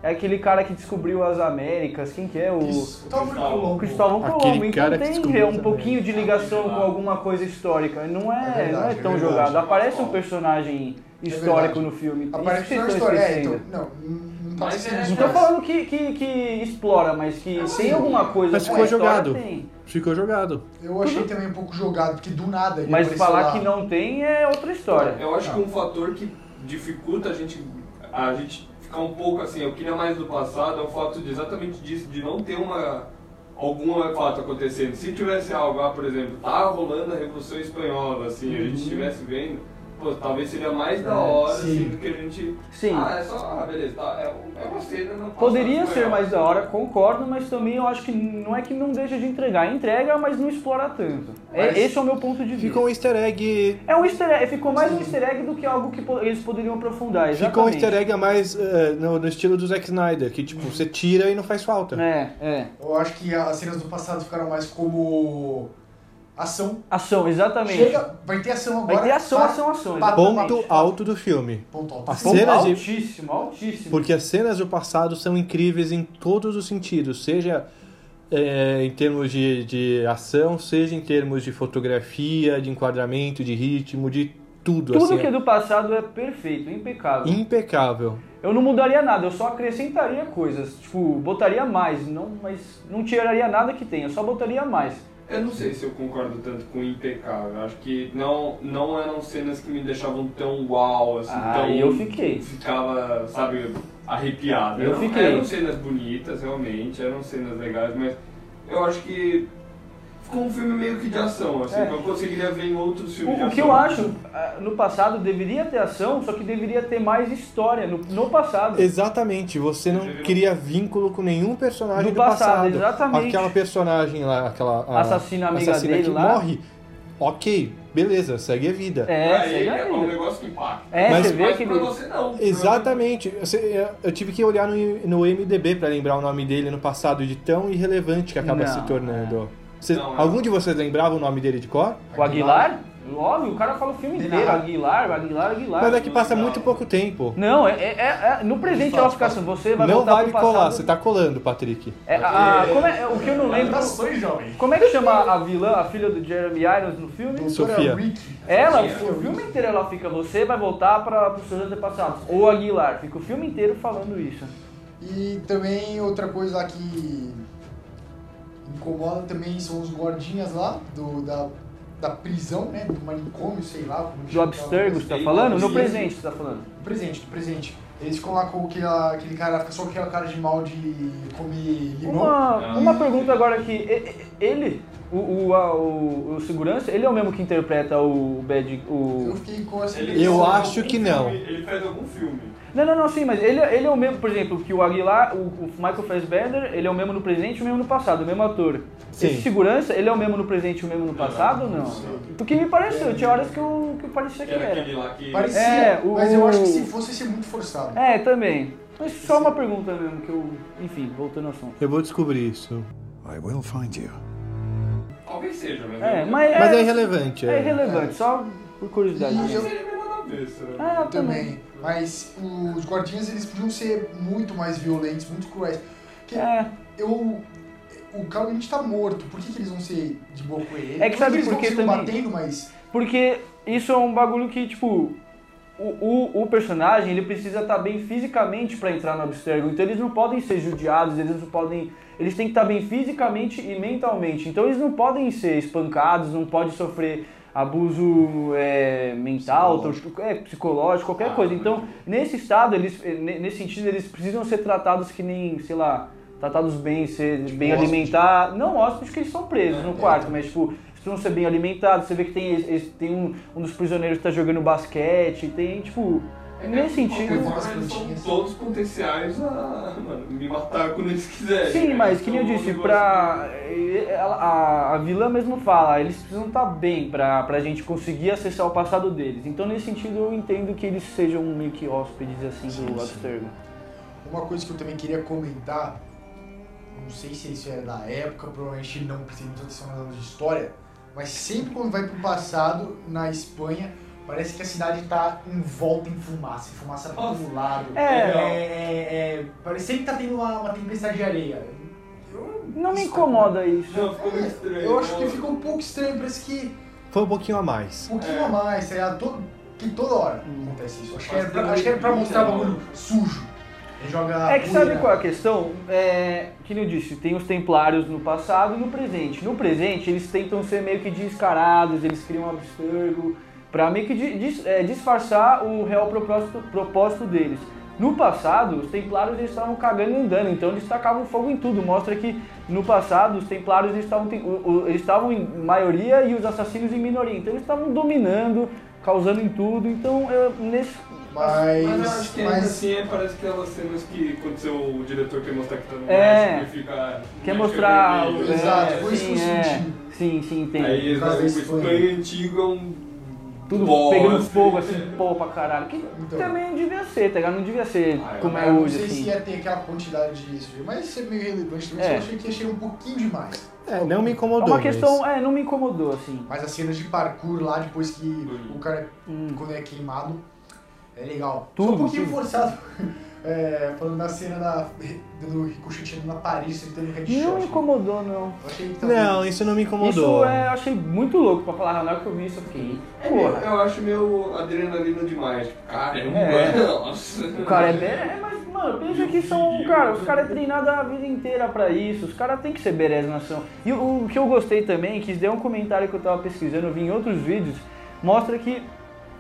Speaker 3: é aquele cara que descobriu as Américas, quem que é o
Speaker 1: Cristóvão
Speaker 3: o
Speaker 1: Colombo.
Speaker 3: Cristóvão
Speaker 2: Aquele
Speaker 3: Colombo, então
Speaker 2: cara que
Speaker 3: tem
Speaker 2: descobriu
Speaker 3: é,
Speaker 2: as
Speaker 3: um pouquinho de ligação com alguma coisa histórica, não é,
Speaker 1: É verdade,
Speaker 3: não é
Speaker 1: é
Speaker 3: tão
Speaker 1: verdade.
Speaker 3: jogado, aparece um personagem histórico
Speaker 1: verdade.
Speaker 3: no filme, isso
Speaker 1: Aparece
Speaker 3: que
Speaker 1: na
Speaker 3: vocês estão
Speaker 1: história, é,
Speaker 3: esquecendo.
Speaker 1: então. Não, não tá
Speaker 4: Mas
Speaker 1: sendo
Speaker 4: é-
Speaker 3: Não tô
Speaker 1: demais.
Speaker 3: falando que, que, que explora, mas que tem alguma coisa
Speaker 2: Mas
Speaker 3: com a
Speaker 2: ficou
Speaker 3: história,
Speaker 2: jogado.
Speaker 3: tem.
Speaker 2: Ficou jogado.
Speaker 1: Eu achei também um pouco jogado, porque do nada. ele
Speaker 3: Uhum. Mas
Speaker 1: apareceu
Speaker 3: falar
Speaker 1: lá.
Speaker 3: que não tem é outra história.
Speaker 4: Eu acho que um fator que dificulta a gente, a gente ficar um pouco assim, eu queria mais do passado, é o fato de exatamente disso, de não ter uma algum fato acontecendo. Se tivesse algo, ah, por exemplo, tá rolando a Revolução Espanhola, assim,
Speaker 3: Uhum.
Speaker 4: a gente estivesse vendo, pô, talvez seria mais da hora, assim,
Speaker 1: sim.
Speaker 4: do que a gente...
Speaker 3: É, Sim.
Speaker 4: Ah, é só, ah, beleza, tá, é, um- é uma cena... não passa
Speaker 3: Poderia
Speaker 4: espanhola.
Speaker 3: ser mais da hora, concordo, mas também eu acho que não é que não deixa de entregar. Entrega, mas não explora tanto. É-
Speaker 1: Mas
Speaker 3: esse é o meu ponto de vista.
Speaker 2: Ficou um easter egg.
Speaker 3: É um easter egg, ficou mais um easter egg do que algo que po- eles poderiam aprofundar, exatamente.
Speaker 2: Ficou um easter egg a mais é, no, no estilo do Zack Snyder, que tipo, você tira e não faz falta.
Speaker 3: É, é.
Speaker 1: Eu acho que as cenas do passado ficaram mais como. ação.
Speaker 3: Ação, exatamente.
Speaker 1: Chega, vai ter ação agora.
Speaker 3: Vai ter ação,
Speaker 1: para-
Speaker 3: ação, ação.
Speaker 1: Pá,
Speaker 3: exatamente.
Speaker 2: Ponto alto do filme.
Speaker 1: Ponto alto.
Speaker 2: A
Speaker 1: Sim.
Speaker 3: Ponto
Speaker 2: Cenas de-
Speaker 3: altíssimo, altíssimo.
Speaker 2: Porque as cenas do passado são incríveis em todos os sentidos, seja é, em termos de, de ação, seja em termos de fotografia, de enquadramento, de ritmo, de tudo.
Speaker 3: Tudo
Speaker 2: assim,
Speaker 3: que é
Speaker 2: é
Speaker 3: do passado é perfeito, impecável.
Speaker 2: Impecável.
Speaker 3: Eu não mudaria nada, eu só acrescentaria coisas. Tipo, botaria mais, não, mas não tiraria nada que tenha, eu só botaria mais.
Speaker 4: Eu não sei se eu concordo tanto com impecável. Eu Acho que não, não eram cenas que me deixavam tão uau, assim,
Speaker 3: Ah,
Speaker 4: tão.
Speaker 3: e eu fiquei.
Speaker 4: Ficava, sabe, arrepiado.
Speaker 3: Eu
Speaker 4: Eram-
Speaker 3: fiquei.
Speaker 4: Eram cenas bonitas, realmente, eram cenas legais, mas eu acho que ficou um filme meio que de ação, assim,
Speaker 3: É.
Speaker 4: que eu conseguiria ver em outros filmes. de
Speaker 3: O, o que
Speaker 4: ação.
Speaker 3: eu acho, ah, no passado deveria ter ação, só que deveria ter mais história no, no passado.
Speaker 2: Exatamente, você não cria vínculo com nenhum personagem
Speaker 3: Do
Speaker 2: do, passado.
Speaker 3: passado, exatamente.
Speaker 2: Aquela personagem lá, aquela a-
Speaker 3: Assassina amiga
Speaker 2: assassina
Speaker 3: dele
Speaker 2: que
Speaker 3: lá.
Speaker 2: morre. Ok, beleza, segue a vida.
Speaker 3: É,
Speaker 4: Aí
Speaker 3: seria
Speaker 4: é um
Speaker 3: lindo.
Speaker 4: negócio que impacta.
Speaker 3: É,
Speaker 2: Mas-
Speaker 3: você vê
Speaker 4: Mas
Speaker 3: aquele.
Speaker 4: pra você não. Pra-
Speaker 2: Exatamente. Eu sei- Eu tive que olhar no, no MDB pra lembrar o nome dele no passado de tão irrelevante que acaba
Speaker 3: Não, é.
Speaker 2: se tornando. Cê-
Speaker 4: Não, não.
Speaker 2: algum de vocês lembrava o nome dele de cor?
Speaker 3: O Aguilar? Óbvio, o cara fala o filme
Speaker 1: De
Speaker 3: inteiro,
Speaker 1: nada.
Speaker 3: Aguilar, Aguilar, Aguilar.
Speaker 2: Mas é que passa
Speaker 4: não.
Speaker 2: muito pouco tempo.
Speaker 3: Não, é, é- é- é- no presente ela fica assim, você vai
Speaker 2: Não
Speaker 3: voltar
Speaker 2: vale
Speaker 3: pro passado.
Speaker 2: colar, você tá colando, Patrick.
Speaker 3: É, a- a- como é- é, o que eu não lembro.
Speaker 1: Anotações, jovem.
Speaker 3: Como é que chama a vilã, a filha do Jeremy Irons no filme?
Speaker 2: Sofia.
Speaker 1: Rick.
Speaker 3: Ela, o filme inteiro ela fica, você vai voltar para os seus antepassados. Ou Aguilar, fica o filme inteiro falando isso.
Speaker 1: E também outra coisa lá que incomoda também são os gordinhas lá do, da, da prisão, né? Do manicômio, sei lá. Como
Speaker 3: Do
Speaker 1: chama
Speaker 3: abstergo, você tá falando? No presente, você tá falando.
Speaker 1: Do presente, do presente. Eles ficam lá com aquele, aquele cara, fica só com aquela cara de mal de comer limão.
Speaker 4: Ah.
Speaker 3: Uma, uma pergunta agora que e- e- ele, o, o, a- o, o segurança, ele é o mesmo que interpreta o Bad...
Speaker 1: Eu
Speaker 3: O...
Speaker 1: fiquei com essa
Speaker 4: Ele
Speaker 2: Eu
Speaker 4: faz
Speaker 2: acho
Speaker 4: algum
Speaker 2: que não.
Speaker 4: filme- Ele faz algum filme.
Speaker 3: Não, não, não, sim, mas ele, ele é o mesmo, por exemplo, que o Aguilar, o, o Michael Fassbender, ele é o mesmo no presente e o mesmo no passado, o mesmo ator.
Speaker 2: Sim.
Speaker 3: Esse segurança, ele é o mesmo no presente e o mesmo no passado? Não. Porque me pareceu, tinha horas que eu, que eu parecia que
Speaker 4: Que era
Speaker 3: era.
Speaker 4: aquele lá que.
Speaker 1: Parecia,
Speaker 3: É, o-
Speaker 1: mas eu acho que se fosse ia ser muito forçado.
Speaker 3: É, também. Mas só uma pergunta mesmo, que eu. Enfim, voltando ao assunto.
Speaker 2: Eu vou descobrir isso.
Speaker 5: I will find you.
Speaker 4: Talvez seja, mas.
Speaker 3: É, mas é,
Speaker 2: Mas é irrelevante.
Speaker 3: é
Speaker 2: É.
Speaker 3: irrelevante, só por curiosidade.
Speaker 1: E eu-
Speaker 4: Seria mesmo na cabeça. né?
Speaker 3: Ah, também.
Speaker 1: também. Mas os guardinhas eles podiam ser muito mais violentos, muito cruéis. Porque
Speaker 3: É,
Speaker 1: eu. O Calamity tá morto, por que, que eles vão ser de boa com ele?
Speaker 3: É que sabe
Speaker 1: eles
Speaker 3: por
Speaker 1: vão
Speaker 3: que
Speaker 1: ser
Speaker 3: também?
Speaker 1: batendo, mas.
Speaker 3: porque isso é um bagulho que, tipo. O, o, o personagem ele precisa estar bem fisicamente pra entrar no Abstergo, então eles não podem ser judiados, eles não podem. Eles têm que estar bem fisicamente e mentalmente. Então eles não podem ser espancados, não podem sofrer abuso é, mental, tortu- é, psicológico, qualquer coisa. Então, nesse estado, eles. eh, ne- Nesse sentido, eles precisam ser tratados que nem, sei lá, tratados bem, ser bem
Speaker 1: hóspede.
Speaker 3: alimentar. Não hóspedes que eles são presos no quarto, mas tipo, eles precisam ser bem alimentados. Você vê que tem, es- es- tem um, um dos prisioneiros que tá jogando basquete, tem, tipo. Nesse
Speaker 4: Porque,
Speaker 3: sentido.
Speaker 1: Coisa-
Speaker 4: cara, eles são todos potenciais a mano, me matar quando eles quiserem.
Speaker 3: Sim,
Speaker 4: né?
Speaker 3: mas que nem eu
Speaker 4: Então,
Speaker 3: disse,
Speaker 4: um
Speaker 3: pra. eh, ela- A, a vilã mesmo fala, eles precisam estar bem pra, pra gente conseguir acessar o passado deles. Então, nesse sentido, eu entendo que eles sejam meio que hóspedes assim
Speaker 1: Sim,
Speaker 3: do
Speaker 1: sim.
Speaker 3: Abstergo.
Speaker 1: Uma coisa que eu também queria comentar, não sei se isso era da época, provavelmente não prestei muita atenção nas aulas de história, mas sempre quando vai pro passado, na Espanha, parece que a cidade tá envolta em fumaça, fumaça pra todo lado.
Speaker 3: É.
Speaker 1: é, é, parece sempre que tá tendo uma, uma tempestade de areia.
Speaker 3: Não me incomoda isso.
Speaker 4: Não, ficou meio estranho. né?
Speaker 1: Eu acho que fica um pouco estranho, parece que
Speaker 2: Foi um pouquinho a mais.
Speaker 1: um pouquinho a mais, sei lá, todo, que toda hora acontece isso. Acho que era pra,
Speaker 4: Mas
Speaker 1: acho que era pra
Speaker 4: tem
Speaker 1: mostrar
Speaker 4: muita
Speaker 1: bagulho sujo. Ele joga
Speaker 3: É que
Speaker 1: poeira.
Speaker 3: sabe qual é a questão? É, que nem eu disse, tem os templários no passado e no presente. No presente, eles tentam ser meio que descarados, eles criam um abstergo pra meio que di- dis- é, disfarçar o real propósito, propósito deles. No passado, os templários eles estavam cagando e andando, então eles tacavam fogo em tudo. Mostra que no passado, os templários eles estavam, ten- o- o- eles estavam em maioria e os assassinos em minoria. Então eles estavam dominando, causando em tudo. Então, eu, nesse...
Speaker 1: Mas,
Speaker 4: Mas eu acho que ainda
Speaker 1: mas-
Speaker 4: assim é, parece que aquelas cenas que quando seu diretor quer mostrar que tá no
Speaker 3: É.
Speaker 4: máximo e fica. "Ah,
Speaker 3: Quer mostrar o.
Speaker 4: o
Speaker 1: é, Exato,
Speaker 3: é,
Speaker 1: foi isso que
Speaker 3: sim,
Speaker 1: eu senti.
Speaker 3: é. Sim, sim, entendo.
Speaker 4: Aí eles
Speaker 1: Por causa
Speaker 4: o
Speaker 1: desse fã.
Speaker 4: Espanha antigo é um.
Speaker 3: Tudo
Speaker 4: bosta.
Speaker 3: pegando fogo,
Speaker 1: (laughs)
Speaker 3: assim, pó pra caralho. Que
Speaker 1: Então.
Speaker 3: também devia ser, tá ligado? Não devia ser
Speaker 4: Ah, eu
Speaker 3: como é
Speaker 1: Eu não
Speaker 3: hoje,
Speaker 1: sei se
Speaker 3: assim.
Speaker 1: ia ter aquela quantidade de isso, mas isso é meio relevante também.
Speaker 3: É.
Speaker 1: só Eu achei que ia chegar um pouquinho demais.
Speaker 2: É, não me
Speaker 3: É
Speaker 2: incomodou.
Speaker 3: uma questão, é, não me incomodou, assim.
Speaker 1: Mas as cenas de parkour lá, depois que o cara,
Speaker 3: Hum.
Speaker 1: quando é queimado, é legal. Só
Speaker 3: Tudo,
Speaker 1: um pouquinho
Speaker 3: tudo.
Speaker 1: forçado. (laughs) É, falando da cena da, do ricocheteando na Paris, tentando headshot.
Speaker 3: Não me incomodou, não.
Speaker 1: Eu achei que
Speaker 2: mas-
Speaker 1: talvez-
Speaker 2: Não, isso não me incomodou.
Speaker 3: Isso é, eu achei muito louco pra falar, na hora que eu vi isso, eu fiquei.
Speaker 4: É,
Speaker 3: Porra,
Speaker 4: Eu acho meu adrenalina demais. Cara, é um.
Speaker 3: É.
Speaker 4: (laughs) Nossa.
Speaker 3: o cara é bem. É, mas, mano, pensa que são. Cara, os caras é treinado a vida inteira pra isso. Os caras têm que ser berés na ação. E o, o que eu gostei também, que isso daí é um comentário que eu tava pesquisando, eu vi em outros vídeos, mostra que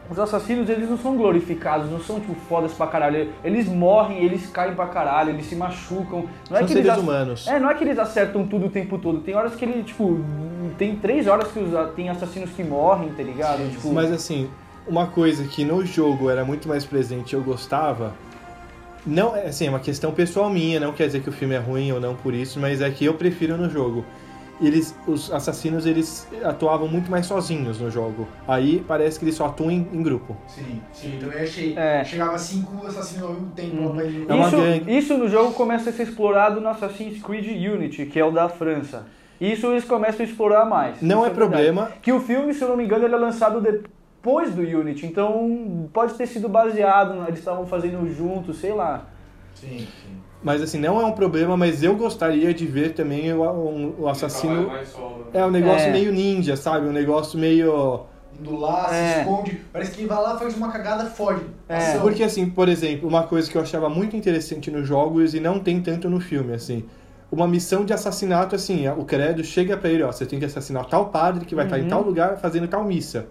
Speaker 3: Os assassinos, eles não são glorificados, não são, tipo, fodas pra caralho. Eles morrem, eles caem pra caralho, eles se machucam. Não é
Speaker 2: São
Speaker 3: que
Speaker 2: seres
Speaker 3: eles ac-
Speaker 2: humanos.
Speaker 3: É, não é que eles acertam tudo o tempo todo. Tem horas que ele, tipo, tem três horas que os a- tem assassinos que morrem, tá ligado? tipo,
Speaker 2: Mas assim, uma coisa que no jogo era muito mais presente e eu gostava. Não, é, assim, é uma questão pessoal minha, não quer dizer que o filme é ruim ou não por isso, mas é que eu prefiro no jogo. Eles, os assassinos, eles atuavam muito mais sozinhos no jogo. Aí parece que eles só atuam em, em grupo.
Speaker 1: Sim, sim, também achei.
Speaker 3: É. Uhum.
Speaker 1: Chegava assim, cinco assassinos ao mesmo tempo lá pra ele.
Speaker 2: É uma
Speaker 3: isso,
Speaker 2: gangue.
Speaker 3: isso no jogo começa a ser explorado no Assassin's Creed Unity, que é o da França. Isso eles começam a explorar mais.
Speaker 2: Não
Speaker 3: Isso
Speaker 2: é problema.
Speaker 3: verdade. Que o filme, se eu não me engano, ele é lançado depois do Unity, então pode ter sido baseado, na- eles estavam fazendo juntos, sei lá.
Speaker 1: Sim, sim.
Speaker 2: Mas assim, não é um problema, mas eu gostaria de ver também o, um- o assassino.
Speaker 4: Mais solo, né?
Speaker 2: É um negócio
Speaker 3: É.
Speaker 2: meio ninja, sabe? Um negócio meio.
Speaker 1: Indo lá,
Speaker 3: É.
Speaker 1: se esconde. Parece que ele vai lá, faz uma cagada, foge.
Speaker 2: É,
Speaker 1: Ação.
Speaker 2: Porque, assim, por exemplo, uma coisa que eu achava muito interessante nos jogos e não tem tanto no filme, assim. Uma missão de assassinato, assim, o credo chega pra ele, ó, você tem que assassinar tal padre que vai estar em tal
Speaker 3: Uhum.
Speaker 2: lugar fazendo tal missa.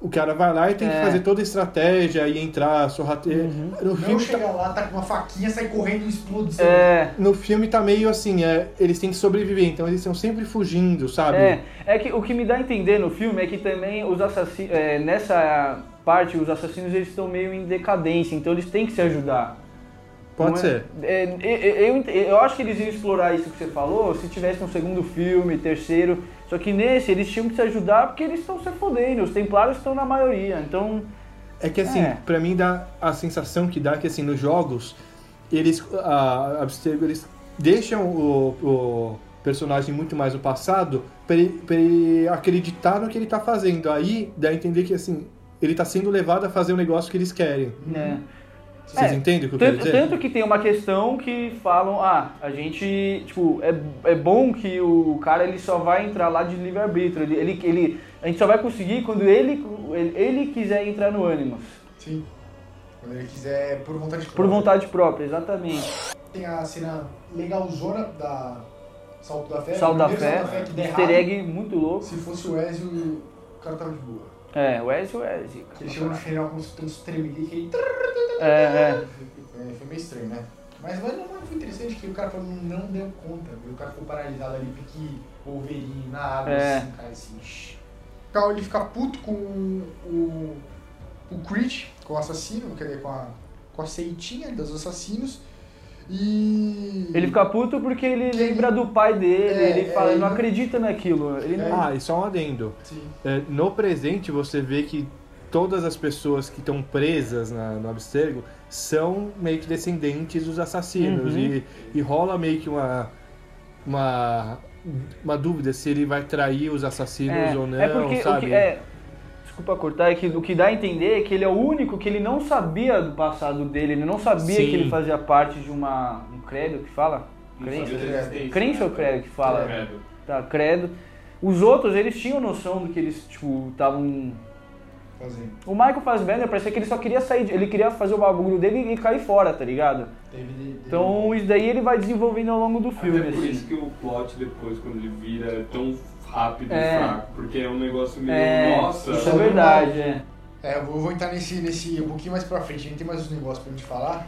Speaker 2: O cara vai lá e tem
Speaker 3: É. Uhum.
Speaker 2: que fazer toda a estratégia e entrar, sorrateiro. No,
Speaker 1: Não
Speaker 2: filme tá,
Speaker 1: chega lá, tá com uma faquinha, sai correndo e explode. sei lá.
Speaker 3: É,
Speaker 2: no filme tá meio assim, é, eles têm que sobreviver, então eles estão sempre fugindo, sabe?
Speaker 3: é, é que o que me dá a entender no filme é que também os assassinos, nessa parte, os assassinos eles estão meio em decadência, então eles têm que se ajudar.
Speaker 2: Pode
Speaker 3: Não é-
Speaker 2: ser.
Speaker 3: é, é, eu, ent- eu acho que eles iam explorar isso que você falou se tivesse um segundo filme, terceiro. Só que nesse eles tinham que se ajudar porque eles estão se fodendo. Os Templários estão na maioria. Então,
Speaker 2: É que assim,
Speaker 3: É.
Speaker 2: pra mim dá a sensação que dá que assim, nos jogos, eles, a, Abstergo, eles deixam o, o personagem muito mais no passado pra ele, pra ele acreditar no que ele tá fazendo. Aí dá a entender que assim, ele tá sendo levado a fazer o negócio que eles querem.
Speaker 3: né?
Speaker 2: Vocês
Speaker 3: É,
Speaker 2: entendem o Uhum. que eu quero
Speaker 3: Tanto,
Speaker 2: dizer?
Speaker 3: tanto que tem uma questão que falam, ah, a gente, tipo, é, é bom que o cara ele só vai entrar lá de livre-arbítrio, ele, ele, ele- a gente só vai conseguir quando ele, ele, ele quiser entrar no Animus,
Speaker 1: Sim. Quando ele quiser, é por vontade
Speaker 3: por
Speaker 1: própria.
Speaker 3: vontade própria, exatamente.
Speaker 1: Tem a cena legalzona da Salto da Fé.
Speaker 3: Salto
Speaker 1: o
Speaker 3: da
Speaker 1: primeiro
Speaker 3: fé,
Speaker 1: Salto da Fé é que der
Speaker 3: easter
Speaker 1: errado.
Speaker 3: egg muito louco.
Speaker 1: Se fosse o Ezio, o cara tava de boa.
Speaker 3: É, o Ezio é zica.
Speaker 1: Ele chegou no final com os tantos tremeliques que ele...
Speaker 3: É, é.
Speaker 1: É, foi meio estranho, né? Mas, mas não, foi interessante que o cara falou, não deu conta. viu? O cara ficou paralisado ali, pique Wolverine na água,
Speaker 3: É.
Speaker 1: assim, cara, assim... shh. O Carl, ele fica puto com o, o Creed, com o assassino, quer dizer, com a, com a seitinha dos assassinos. E...
Speaker 3: Ele fica puto porque ele lembra do pai dele,
Speaker 1: É,
Speaker 3: ele fala,
Speaker 1: é,
Speaker 3: ele não
Speaker 1: ele-
Speaker 3: acredita naquilo. Ele não...
Speaker 2: Ah, e só um adendo.
Speaker 1: Sim.
Speaker 2: É, no presente você vê que todas as pessoas que estão presas na- no abstergo são meio que descendentes dos assassinos
Speaker 3: Uhum.
Speaker 2: e, e rola meio que uma, uma uma dúvida se ele vai trair os assassinos
Speaker 3: É,
Speaker 2: ou não,
Speaker 3: é porque o
Speaker 2: sabe?
Speaker 3: que é, desculpa cortar, é que o que dá a entender é que ele é o único que ele não sabia do passado dele, ele não sabia
Speaker 2: Sim.
Speaker 3: que ele fazia parte de uma um credo que fala,
Speaker 4: Sabia
Speaker 3: crença,
Speaker 4: da existência,
Speaker 3: crença
Speaker 4: né?
Speaker 3: ou credo que fala,
Speaker 2: É.
Speaker 4: Credo.
Speaker 3: tá, credo. Os outros eles tinham noção do que eles tipo estavam
Speaker 1: Fazendo.
Speaker 3: o Michael Fassbender parecia que ele só queria sair, de- ele queria fazer o bagulho dele e cair fora, tá ligado?
Speaker 1: Teve, teve-
Speaker 3: Então isso daí ele vai desenvolvendo ao longo
Speaker 1: é
Speaker 3: do filme,
Speaker 4: Até é por
Speaker 3: assim.
Speaker 4: isso que o plot depois, quando ele vira, é tão rápido
Speaker 3: É.
Speaker 4: e fraco. Porque é um negócio meio,
Speaker 3: É,
Speaker 4: nossa... um
Speaker 3: isso é verdade, é.
Speaker 1: É, eu vou eu vou entrar nesse, nesse um pouquinho mais pra frente, a gente tem mais uns negócios pra gente falar.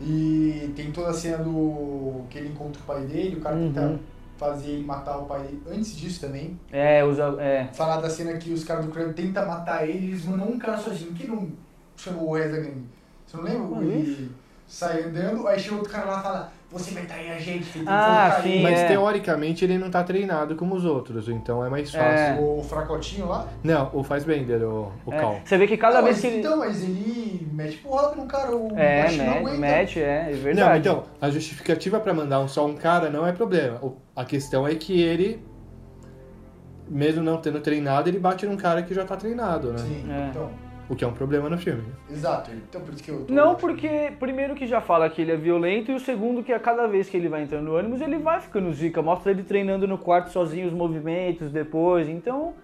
Speaker 1: E tem toda a cena do que ele encontra o pai dele, o cara
Speaker 3: Uhum.
Speaker 1: tenta fazer ele matar o pai dele. Antes disso também,
Speaker 3: É, usa, é.
Speaker 1: falar da cena que os caras do Kraven tentam matar ele, eles mandam um cara sozinho, que não chamou o Reza Gang. Você não lembra?
Speaker 3: Não
Speaker 1: Ele sai andando, aí chega outro cara lá e fala, você vai trair a gente, tem que um
Speaker 3: Ah,
Speaker 1: colocar ele."
Speaker 3: sim.
Speaker 2: Mas
Speaker 3: é.
Speaker 2: teoricamente ele não tá treinado como os outros, então é mais fácil.
Speaker 3: É.
Speaker 1: O fracotinho lá.
Speaker 2: Não, o faz Bender, o, o
Speaker 3: é.
Speaker 2: Cal.
Speaker 3: Você vê que cada
Speaker 1: Não,
Speaker 3: vez
Speaker 1: mas
Speaker 3: que ele...
Speaker 1: Então, mas ele mete porrada no cara, o
Speaker 3: É,
Speaker 1: macho não
Speaker 3: match,
Speaker 1: aguenta.
Speaker 3: match, é, é verdade.
Speaker 2: Não, então, a justificativa pra mandar um- só um cara não é problema. O- a questão é que ele, mesmo não tendo treinado, ele bate num cara que já tá treinado, né?
Speaker 1: Sim,
Speaker 3: É.
Speaker 1: então...
Speaker 2: O que é um problema no filme.
Speaker 1: Exato, então por isso que eu tô...
Speaker 3: Não, porque primeiro que já fala que ele é violento e o segundo que a cada vez que ele vai entrando no ônibus, ele vai ficando zica. Mostra ele treinando no quarto sozinho os movimentos depois. Então,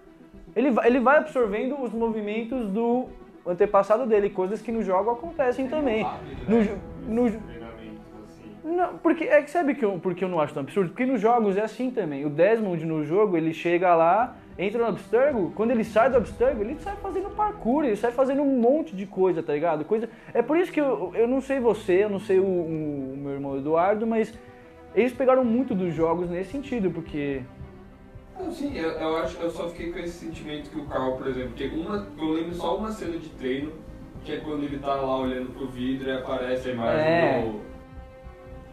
Speaker 3: ele vai, ele vai absorvendo os movimentos do antepassado dele, coisas que no jogo acontecem
Speaker 1: é um
Speaker 3: também. No,
Speaker 1: né?
Speaker 3: jo- no, jo-
Speaker 4: Treinamento, assim.
Speaker 3: Não, porque é que sabe que eu, porque eu não acho tão absurdo? Porque nos jogos é assim também. O Desmond no jogo, ele chega lá, entra no Abstergo, quando ele sai do Abstergo, ele sai fazendo parkour, ele sai fazendo um monte de coisa, tá ligado? Coisa... É por isso que eu, eu não sei você, eu não sei o, o meu irmão Eduardo, mas eles pegaram muito dos jogos nesse sentido, porque.
Speaker 4: Não, sim, eu, eu acho eu só fiquei com esse sentimento que o Carl, por exemplo, que uma, eu lembro só uma cena de treino, que é quando ele tá lá olhando pro vidro e aparece a imagem
Speaker 3: É.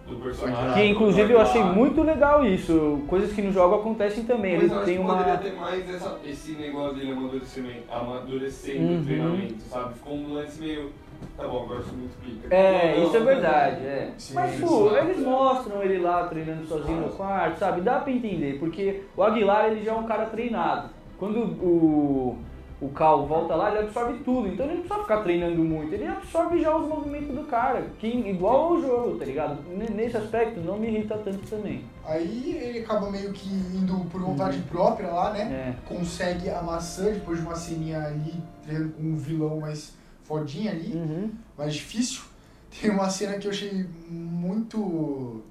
Speaker 4: do, do personagem.
Speaker 3: que
Speaker 4: do
Speaker 3: inclusive eu achei
Speaker 4: Eduardo.
Speaker 3: muito legal isso. Coisas que no jogo acontecem também.
Speaker 4: Mas
Speaker 3: Ele
Speaker 4: eu acho
Speaker 3: tem
Speaker 4: que
Speaker 3: uma.
Speaker 4: poderia ter mais essa- esse negócio dele amadurecimento, amadurecendo
Speaker 3: Uhum.
Speaker 4: o treinamento, sabe? Ficou um lance meio. Tá bom, agora eu sou muito pica.
Speaker 3: É,
Speaker 4: Não,
Speaker 3: isso é
Speaker 4: não,
Speaker 3: verdade, é.
Speaker 1: Sim,
Speaker 3: Mas, pô,
Speaker 4: isso.
Speaker 3: eles mostram ele lá treinando sozinho no quarto, sabe? Dá pra entender, porque o Aguilar, ele já é um cara treinado. Quando o, o Cal volta lá, ele absorve tudo, então ele não precisa ficar treinando muito. Ele absorve já os movimentos do cara, que igual ao jogo, tá ligado? N- Nesse aspecto, não me irrita tanto também.
Speaker 1: Aí ele acaba meio que indo por vontade própria lá,
Speaker 3: É.
Speaker 1: né? Consegue a maçã depois de uma ceninha ali, treinando com um vilão mais fodinha ali,
Speaker 3: Hum.
Speaker 1: mais difícil. (laughs) Tem uma cena que eu achei muito.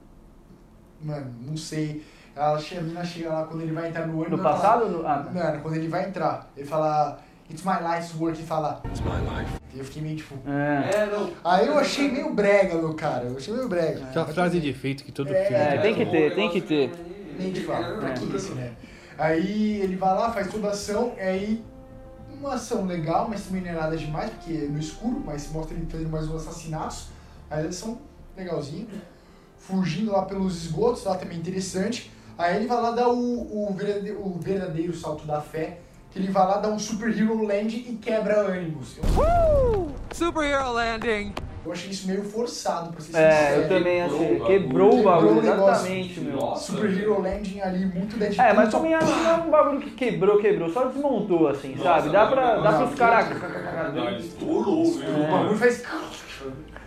Speaker 1: Mano, não sei. Ela, che- a menina chega lá quando ele vai entrar no ônibus.
Speaker 3: No
Speaker 1: ela fala-
Speaker 3: passado, no... ah, tá.
Speaker 1: Mano, quando ele vai entrar, ele fala. It's my life's work e fala.
Speaker 5: It's my life.
Speaker 1: E eu fiquei meio tipo.
Speaker 3: É.
Speaker 4: É, não.
Speaker 1: Aí eu achei meio brega, meu cara. Eu achei meio brega.
Speaker 2: Aquela frase de efeito que todo
Speaker 1: É,
Speaker 2: filme.
Speaker 3: É, tem que
Speaker 4: um
Speaker 3: ter, tem que
Speaker 4: negócio
Speaker 3: ter.
Speaker 4: meio-
Speaker 1: Nem te falo, assim, pra
Speaker 4: É.
Speaker 1: que isso, né? Aí ele vai lá, faz toda a ação, e aí uma ação legal, mas também não é nada demais, porque é no escuro, mas mostra ele fazendo mais uns assassinatos. Aí eles são legalzinho. Fugindo lá pelos esgotos, lá também é interessante. Aí ele vai lá dar o, o, verdadeiro, o verdadeiro salto da fé, que ele vai lá dar um Super Hero Land e quebra ânimos. Eu,
Speaker 6: Superhero landing!
Speaker 1: eu achei isso meio forçado, pra ser
Speaker 3: É,
Speaker 1: sincero.
Speaker 3: eu também achei.
Speaker 4: Quebrou o bagulho.
Speaker 3: Quebrou o
Speaker 1: Quebrou
Speaker 3: bagulho,
Speaker 1: o negócio.
Speaker 3: exatamente, meu.
Speaker 4: Nossa.
Speaker 1: Super Hero Landing ali, muito Deadpool.
Speaker 3: É, mas
Speaker 1: só
Speaker 3: também acho que não é um bagulho que quebrou, quebrou, só desmontou assim,
Speaker 4: Nossa,
Speaker 3: sabe? Dá
Speaker 4: mano,
Speaker 3: pra, dá
Speaker 1: não,
Speaker 3: pros
Speaker 4: Não, ele
Speaker 3: caras.
Speaker 4: estourou, viu?
Speaker 1: O bagulho faz.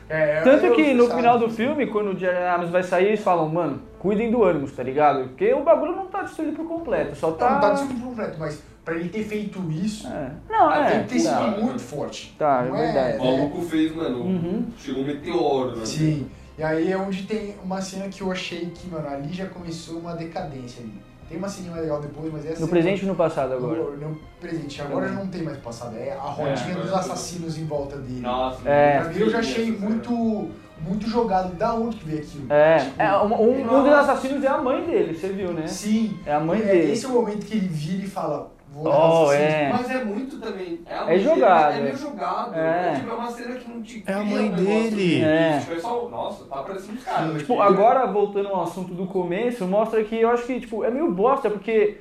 Speaker 1: É,
Speaker 3: Tanto
Speaker 1: eu-
Speaker 3: que no
Speaker 1: sabe?
Speaker 3: final do filme, quando o Jerry Adams vai sair, eles falam, mano, cuidem do ânimos, tá ligado? Porque o bagulho não tá destruído por completo, só
Speaker 1: Não,
Speaker 3: tá.
Speaker 1: não tá discutindo completo, mas pra ele ter feito isso,
Speaker 3: É. Não,
Speaker 1: ele
Speaker 3: é.
Speaker 1: tem que ter sido
Speaker 3: tá.
Speaker 1: muito forte.
Speaker 3: Tá, é Uhum.
Speaker 1: Não
Speaker 3: verdade.
Speaker 4: O maluco fez, mano, chegou um meteoro, né?
Speaker 1: Sim. E aí é onde tem uma cena que eu achei que, mano, ali já começou uma decadência ali. Tem uma cena legal depois, mas essa.
Speaker 3: No presente ou no passado agora?
Speaker 1: Agora. No presente. Agora não tem mais passado. É a rodinha
Speaker 4: agora
Speaker 1: dos
Speaker 4: é
Speaker 1: assassinos em volta dele.
Speaker 4: Nossa,
Speaker 3: É.
Speaker 1: Pra mim eu já achei muito, muito jogado. Da onde que veio aquilo?
Speaker 3: É,
Speaker 1: Tipo,
Speaker 3: é, um, um- um dos assassinos é a mãe dele, você viu, né?
Speaker 1: Sim.
Speaker 3: É a mãe
Speaker 1: É,
Speaker 3: dele.
Speaker 1: Esse é o momento que ele vira e fala, vou
Speaker 3: Oh,
Speaker 1: assassino.
Speaker 3: é.
Speaker 4: Mas é muito também. É, a
Speaker 3: É
Speaker 4: mãe dele,
Speaker 3: jogado.
Speaker 4: É meio jogado.
Speaker 3: É.
Speaker 4: É. tipo, é uma cena que não te
Speaker 2: É a
Speaker 4: cria
Speaker 2: mãe
Speaker 4: um negócio
Speaker 2: dele.
Speaker 4: de-
Speaker 3: É.
Speaker 4: tipo, é só, nossa, tá parecendo um cara.
Speaker 3: Tipo, agora voltando ao assunto do começo, mostra que eu acho que tipo, é meio bosta, porque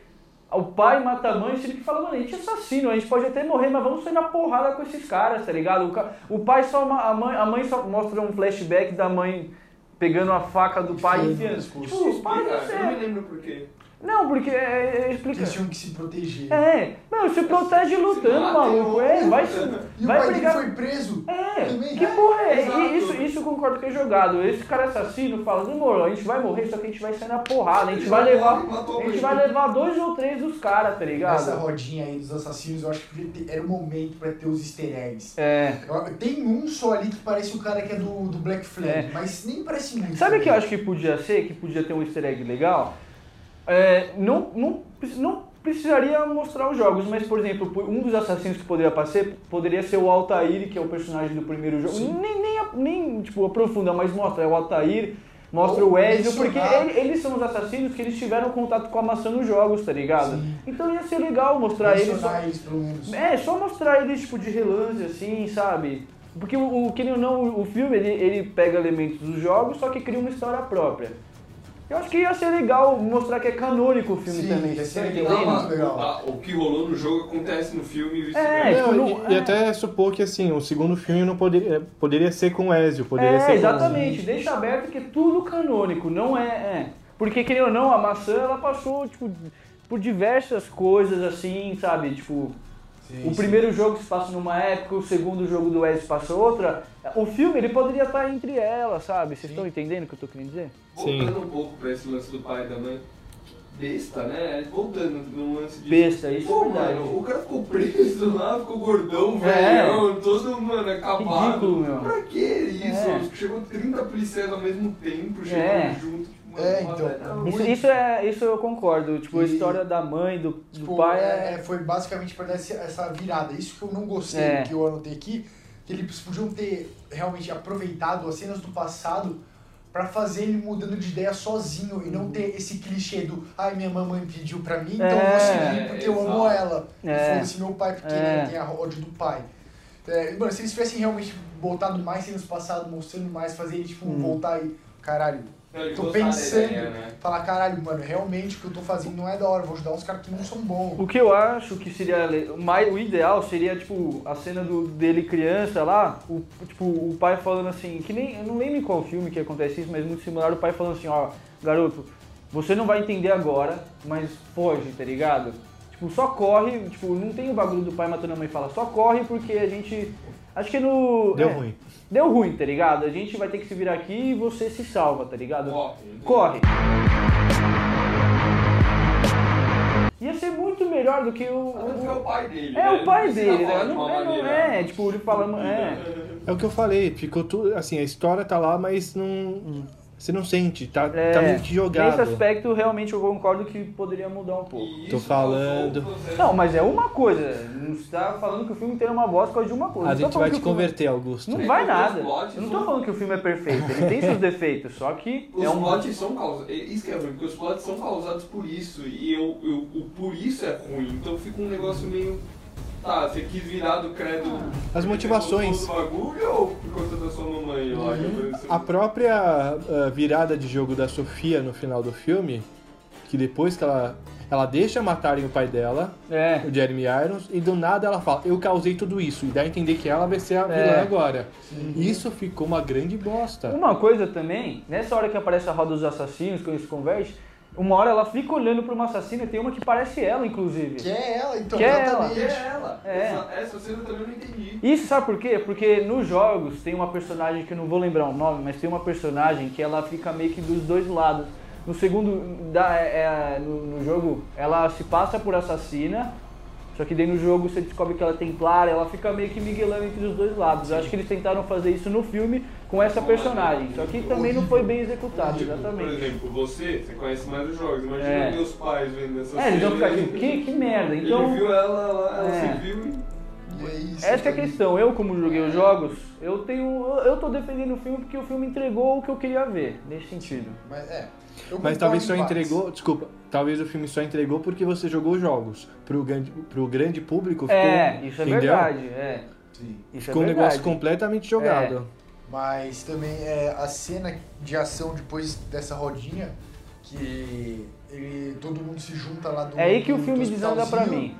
Speaker 3: o pai mata a mãe e o filho que fala, mano, a gente é assassino, a gente pode até morrer, mas vamos sair na porrada com esses caras, tá ligado? O, ca- o pai só. ma- A mãe, a mãe só mostra um flashback da mãe pegando a faca do pai e enfiando. Tipo, pai,
Speaker 4: Explica,
Speaker 3: você.
Speaker 4: Eu não me lembro porquê.
Speaker 3: Não, porque é, é, explica.
Speaker 1: Eles tinham que se proteger.
Speaker 3: É, não, se protege lutando,
Speaker 4: assim, mata,
Speaker 3: maluco. É,
Speaker 4: eu-
Speaker 3: vai,
Speaker 1: E o
Speaker 3: vai
Speaker 1: pai
Speaker 3: brigar
Speaker 1: dele foi preso
Speaker 3: é,
Speaker 1: também.
Speaker 3: que porra é?
Speaker 4: Exato.
Speaker 3: E Isso, isso eu concordo que é jogado. Esse cara assassino fala, amor, a gente vai morrer, só que a gente vai sair na porrada, a gente
Speaker 4: Ele
Speaker 3: vai
Speaker 4: matou,
Speaker 3: levar.
Speaker 4: ele matou
Speaker 3: A gente
Speaker 4: ele.
Speaker 3: vai levar dois ou três dos caras, tá
Speaker 1: Essa
Speaker 3: ligado?
Speaker 1: rodinha aí dos assassinos, eu acho que podia ter- era o momento pra ter os easter eggs.
Speaker 3: É.
Speaker 1: Eu- Tem um só ali que parece o cara que é do, do Black Flag,
Speaker 3: É.
Speaker 1: mas nem parece muito.
Speaker 3: Sabe o que eu acho que podia ser, que podia ter um easter egg legal? É, não, não, pre- não precisaria mostrar os jogos, mas, por exemplo, um dos assassinos que poderia aparecer poderia ser o Altair, que é o personagem do primeiro jogo. Nem, nem, nem, tipo, aprofunda, mas mostra, é o Altair, mostra
Speaker 1: Ou
Speaker 3: o Ezio, ah. porque
Speaker 1: mencionar.
Speaker 3: ele- eles são os assassinos que eles tiveram contato com a maçã nos jogos, tá ligado? Então ia ser legal mostrar eles. só-
Speaker 1: Mencionar eles, pelo menos.
Speaker 3: é, só mostrar eles tipo de relance, assim, sabe? Porque o, o que ou não, o- o filme ele, ele pega elementos dos jogos, só que cria uma história própria. Eu acho que ia ser legal mostrar que é canônico o filme
Speaker 1: Sim,
Speaker 3: também.
Speaker 1: ia ser
Speaker 3: tá
Speaker 1: legal.
Speaker 3: entendendo?
Speaker 1: Muito legal.
Speaker 4: Ah, o que rolou no jogo acontece no filme e
Speaker 3: É,
Speaker 4: vice-versa.
Speaker 3: tipo,
Speaker 2: Não,
Speaker 3: não-
Speaker 2: e, e
Speaker 3: é.
Speaker 2: até supor que assim, o segundo filme não poderia, poderia ser com o Ezio, poderia ser né?
Speaker 3: É,
Speaker 2: com
Speaker 3: exatamente. Deixa aberto que é tudo canônico, não é, é. Porque, querendo ou não, a maçã, ela passou, tipo, por diversas coisas, assim, sabe? Tipo,
Speaker 1: Sim,
Speaker 3: o
Speaker 1: sim.
Speaker 3: primeiro jogo se passa numa época, o segundo jogo do Wes passa outra. O filme, ele poderia estar entre elas, sabe? Vocês estão entendendo o que eu tô querendo dizer?
Speaker 4: Voltando um pouco pra esse lance do pai e da mãe. Que Besta, né? Voltando no lance de. né?
Speaker 3: Besta, isso é
Speaker 4: Pô,
Speaker 3: verdade.
Speaker 4: mano, o cara ficou preso lá, ficou gordão,
Speaker 3: É.
Speaker 4: velhão, todo, mano, acabado.
Speaker 3: Ridículo, meu.
Speaker 4: Pra que isso?
Speaker 3: É.
Speaker 4: Chegou 30 policiais ao mesmo tempo, chegando
Speaker 3: É.
Speaker 4: junto. Tipo, mano,
Speaker 1: É,
Speaker 4: uma
Speaker 1: então.
Speaker 4: velha-
Speaker 3: Isso, isso é, isso eu concordo. Tipo, a
Speaker 1: E-
Speaker 3: história da mãe, do, do
Speaker 1: Tipo,
Speaker 3: pai
Speaker 1: é-
Speaker 3: é...
Speaker 1: é, foi basicamente pra dar esse- essa virada. Isso que eu não gostei,
Speaker 3: É.
Speaker 1: que eu anotei aqui, que eles podiam ter realmente aproveitado as cenas do passado pra fazer ele mudando de ideia sozinho e
Speaker 3: Uhum.
Speaker 1: não ter esse clichê do ai, minha mamãe pediu pra mim, então eu vou
Speaker 3: É,
Speaker 1: seguir porque eu amo
Speaker 4: exato.
Speaker 1: ela.
Speaker 3: É.
Speaker 1: E foda-se meu pai, porque
Speaker 3: É.
Speaker 1: ele tem a ódio do pai. É, mano, se eles tivessem realmente botado mais cenas do passado, mostrando mais, fazer ele,
Speaker 3: Uhum.
Speaker 1: tipo, voltar e... Caralho,
Speaker 4: Não, ele
Speaker 1: tô
Speaker 4: gostava da
Speaker 1: pensando,
Speaker 4: ideia, né?
Speaker 1: falar, caralho, mano, realmente o que eu tô fazendo não é da hora, vou ajudar uns caras que não são bons.
Speaker 3: O que eu acho que seria le- mais, o ideal seria tipo a cena do, dele criança lá, o, tipo o pai falando assim, que nem eu não lembro em qual filme que acontece isso, mas muito similar o pai falando assim, ó, garoto, você não vai entender agora, mas foge, tá ligado? Tipo, só corre, tipo, não tem o bagulho do pai matando a mãe e fala, só corre porque a gente acho que é no
Speaker 2: Deu
Speaker 3: é,
Speaker 2: ruim.
Speaker 3: Deu ruim, tá ligado? A gente vai ter que se virar aqui e você se salva, tá ligado?
Speaker 4: Corre.
Speaker 3: Corre. Ia ser muito melhor do que o.
Speaker 4: Tanto que É o
Speaker 3: o-
Speaker 4: pai dele.
Speaker 3: é
Speaker 4: né?
Speaker 3: o pai
Speaker 4: Ele
Speaker 3: dele,
Speaker 4: fala
Speaker 3: né?
Speaker 4: de
Speaker 3: Não,
Speaker 4: uma
Speaker 3: é, não
Speaker 4: maneira-
Speaker 3: é, tipo, ele falando. É.
Speaker 2: É o que eu falei, ficou tudo assim, a história tá lá, mas não você não sente, tá,
Speaker 4: né?
Speaker 3: é.
Speaker 2: tá meio que
Speaker 3: Nesse
Speaker 2: jogado.
Speaker 3: aspecto, realmente eu concordo que poderia mudar um pouco.
Speaker 4: E
Speaker 2: Tô
Speaker 4: isso é
Speaker 2: falando.
Speaker 4: causou um processo
Speaker 3: Não, mas é uma coisa. Não está falando que o filme tem uma voz por causa de uma coisa.
Speaker 2: A
Speaker 3: Não tô
Speaker 2: gente
Speaker 3: falando
Speaker 2: vai te
Speaker 3: então que o filme-
Speaker 2: converter, Augusto.
Speaker 3: Não vai
Speaker 4: Os
Speaker 3: nada.
Speaker 4: plots
Speaker 3: Eu não tô
Speaker 4: são-
Speaker 3: falando que o filme é perfeito. Ele tem seus defeitos, só que
Speaker 4: Os
Speaker 3: é um.
Speaker 4: plots são causados. Isso que é ruim, porque os plots são causados por isso. E eu, eu- o por isso é ruim. Então fica um negócio meio. Tá, você quis virar do credo.
Speaker 2: As
Speaker 4: porque
Speaker 2: motivações.
Speaker 4: você gostou do bagulho ou por conta da sua mamãe lá?
Speaker 3: Uhum.
Speaker 4: que apareceu?
Speaker 2: A própria ah, virada de jogo da Sofia no final do filme, que depois que ela. Ela deixa matarem o pai dela,
Speaker 3: É.
Speaker 2: o Jeremy Irons, e do nada ela fala, eu causei tudo isso, e dá a entender que ela vai ser a vilã
Speaker 3: É.
Speaker 2: agora. Isso ficou uma grande bosta.
Speaker 3: Uma coisa também, nessa hora que aparece a roda dos assassinos, que eles conversam, uma hora ela fica olhando pra uma assassina e tem uma que parece ela, inclusive.
Speaker 1: Que é ela, então,
Speaker 3: Que é ela.
Speaker 1: exatamente.
Speaker 4: Que é ela.
Speaker 3: É.
Speaker 4: Essa, essa cena eu também não entendi.
Speaker 3: Isso sabe por quê? Porque nos jogos tem uma personagem que eu não vou lembrar o nome, mas tem uma personagem que ela fica meio que dos dois lados. No segundo, da, é, é, no, no jogo, ela se passa por assassina, só que daí no jogo você descobre que ela é templária, ela fica meio que miguelando entre os dois lados. Eu acho que eles tentaram fazer isso no filme com essa personagem, só que também não foi bem executado,
Speaker 4: Tipo, por
Speaker 3: exatamente.
Speaker 4: exemplo, você, você conhece mais os jogos. Imagina
Speaker 3: É.
Speaker 4: meus pais vendo essa
Speaker 3: É, eles vão
Speaker 4: cena.
Speaker 3: ficar tipo, que, que merda. Então,
Speaker 4: Ele viu ela lá, ela
Speaker 3: É.
Speaker 4: se viu e...
Speaker 1: E é isso.
Speaker 3: Essa é a
Speaker 1: cara.
Speaker 3: questão. Eu, como joguei os jogos, eu tenho. Eu tô defendendo o filme porque o filme entregou o que eu queria ver, nesse sentido.
Speaker 1: Mas, é, eu
Speaker 3: Um
Speaker 1: concordo
Speaker 2: Mas talvez só
Speaker 1: em partes.
Speaker 2: entregou, desculpa, talvez o filme só entregou porque você jogou os jogos. Pro grande, pro grande público ficou,
Speaker 3: É, isso é
Speaker 2: entendeu?
Speaker 3: verdade. É.
Speaker 1: Sim.
Speaker 3: Isso
Speaker 2: Ficou
Speaker 3: é
Speaker 2: um
Speaker 3: verdade. É.
Speaker 2: negócio completamente jogado.
Speaker 1: Mas também é, a cena de ação depois dessa rodinha, que ele, todo mundo se junta lá do
Speaker 3: É aí que o
Speaker 1: do-
Speaker 3: filme
Speaker 1: do
Speaker 3: desanda pra
Speaker 1: hospitalzinho.
Speaker 3: mim.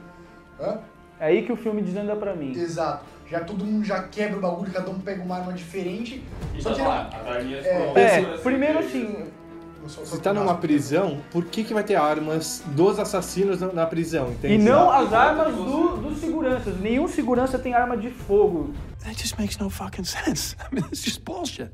Speaker 1: Hã?
Speaker 3: É aí que o filme desanda pra mim.
Speaker 1: Exato. Já todo mundo já quebra o bagulho, cada um pega uma arma diferente. Só
Speaker 4: tá
Speaker 1: que
Speaker 4: lá,
Speaker 1: não.
Speaker 4: as arminhas
Speaker 1: É.
Speaker 4: prontas,
Speaker 3: É,
Speaker 4: assim,
Speaker 3: primeiro
Speaker 4: que-
Speaker 3: assim,
Speaker 1: Só- só
Speaker 2: Se tá
Speaker 1: que-
Speaker 2: numa prisão, por que, que vai ter armas dos assassinos na, na prisão? Entende?
Speaker 3: e não
Speaker 4: exato,
Speaker 3: as armas
Speaker 4: exato.
Speaker 3: do, dos seguranças. Nenhum segurança tem arma de fogo.
Speaker 6: That just makes no fucking sense. (laughs) I mean, it's just bullshit.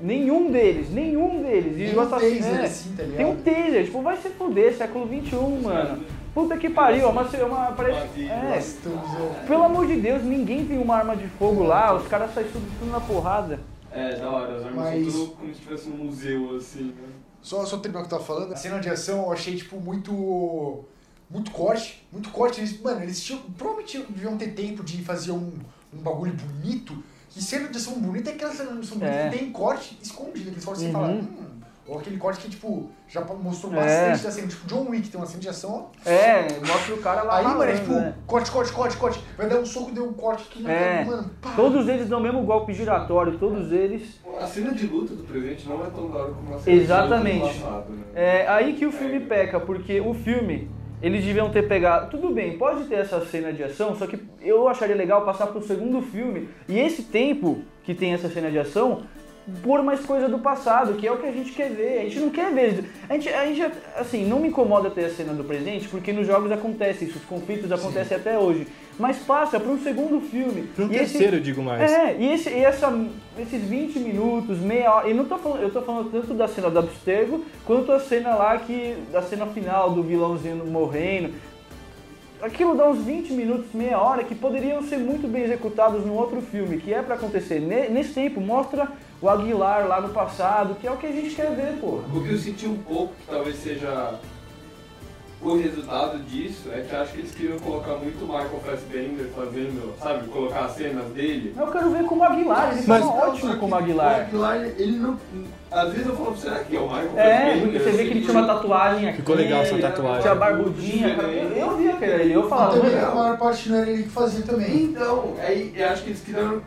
Speaker 3: Nenhum deles, nenhum deles. E
Speaker 1: Tem
Speaker 3: o
Speaker 1: um
Speaker 3: assassino.
Speaker 1: taser,
Speaker 3: é,
Speaker 1: assim, tá ligado?
Speaker 3: tem um taser, tipo, vai se fuder, século XXI, mano. Puta que pariu, é uma. é uma parece,
Speaker 1: Nós
Speaker 3: é,
Speaker 1: estamos, ó,
Speaker 3: Pelo amor de Deus, ninguém tem uma arma de fogo lá, os caras saem tudo, tudo na porrada.
Speaker 4: É, da hora, as armas
Speaker 1: Mas-
Speaker 4: são tudo como se tivesse um museu, assim, né?
Speaker 1: Só, só terminar o que eu tava falando. A cena de ação eu achei, tipo, muito. Muito corte. Muito corte. Eles, mano, eles tinham. Provavelmente tinham- deviam ter tempo de fazer um, um bagulho bonito. E cena de ação bonita é aquela cena de ação bonita
Speaker 3: É.
Speaker 1: que tem corte escondido. Eles falam assim,
Speaker 3: Uhum.
Speaker 1: fala, hum. Ou aquele corte que, tipo, já mostrou
Speaker 3: É.
Speaker 1: bastante da cena. Tipo, John Wick tem uma cena de ação. ó.
Speaker 3: É, mostra o cara lá.
Speaker 1: Aí, mano, é
Speaker 3: ralando,
Speaker 1: tipo,
Speaker 3: né?
Speaker 1: corte, corte, corte, corte. Vai dar um soco, deu um corte aqui na
Speaker 3: É.
Speaker 1: cara, mano. Pá.
Speaker 3: Todos eles dão o mesmo golpe giratório, todos eles.
Speaker 4: A cena de luta do presente não é tão da hora como a cena
Speaker 3: Exatamente.
Speaker 4: de luta do passado, né?
Speaker 3: É aí que o filme peca, porque o filme, eles deviam ter pegado. Tudo bem, pode ter essa cena de ação, só que eu acharia legal passar pro segundo filme. E esse tempo que tem essa cena de ação, pôr mais coisa do passado, que é o que a gente quer ver. A gente não quer ver. A gente, a gente assim, não me incomoda ter a cena do presente, porque nos jogos acontece isso, os conflitos acontecem até hoje. Mas passa para um segundo filme.
Speaker 2: Pra um
Speaker 3: E esse-
Speaker 2: terceiro, eu digo mais.
Speaker 3: é, e, esse- e essa- esses 20 minutos, meia hora. E não tô falando, eu tô falando tanto da cena do abstergo quanto a cena lá que. da cena final do vilãozinho morrendo. Aquilo dá uns 20 minutos, meia hora, que poderiam ser muito bem executados num outro filme, que é pra acontecer. Ne- Nesse tempo, mostra o Aguilar lá no passado, que é o que a gente quer ver, pô.
Speaker 4: O que eu senti um pouco, que talvez seja o resultado disso, é que acho que eles queriam colocar muito Michael Fassbender fazendo, sabe, colocar as cenas dele.
Speaker 3: Eu quero ver como Aguilar, ele
Speaker 2: Mas-
Speaker 3: tava é ótimo como Aguilar.
Speaker 4: O Aguilar, ele não. Às vezes eu falo, será que é o Michael
Speaker 3: É,
Speaker 4: Fassbender?
Speaker 3: porque você vê que ele tinha uma tatuagem aqui.
Speaker 2: Ficou legal essa tatuagem.
Speaker 3: Tinha barbudinha, cabelo. Eu via que era ele, eu falava,
Speaker 1: Também
Speaker 3: mano,
Speaker 1: a maior parte não era ele que fazia também.
Speaker 4: Então, aí eu acho que eles queriam,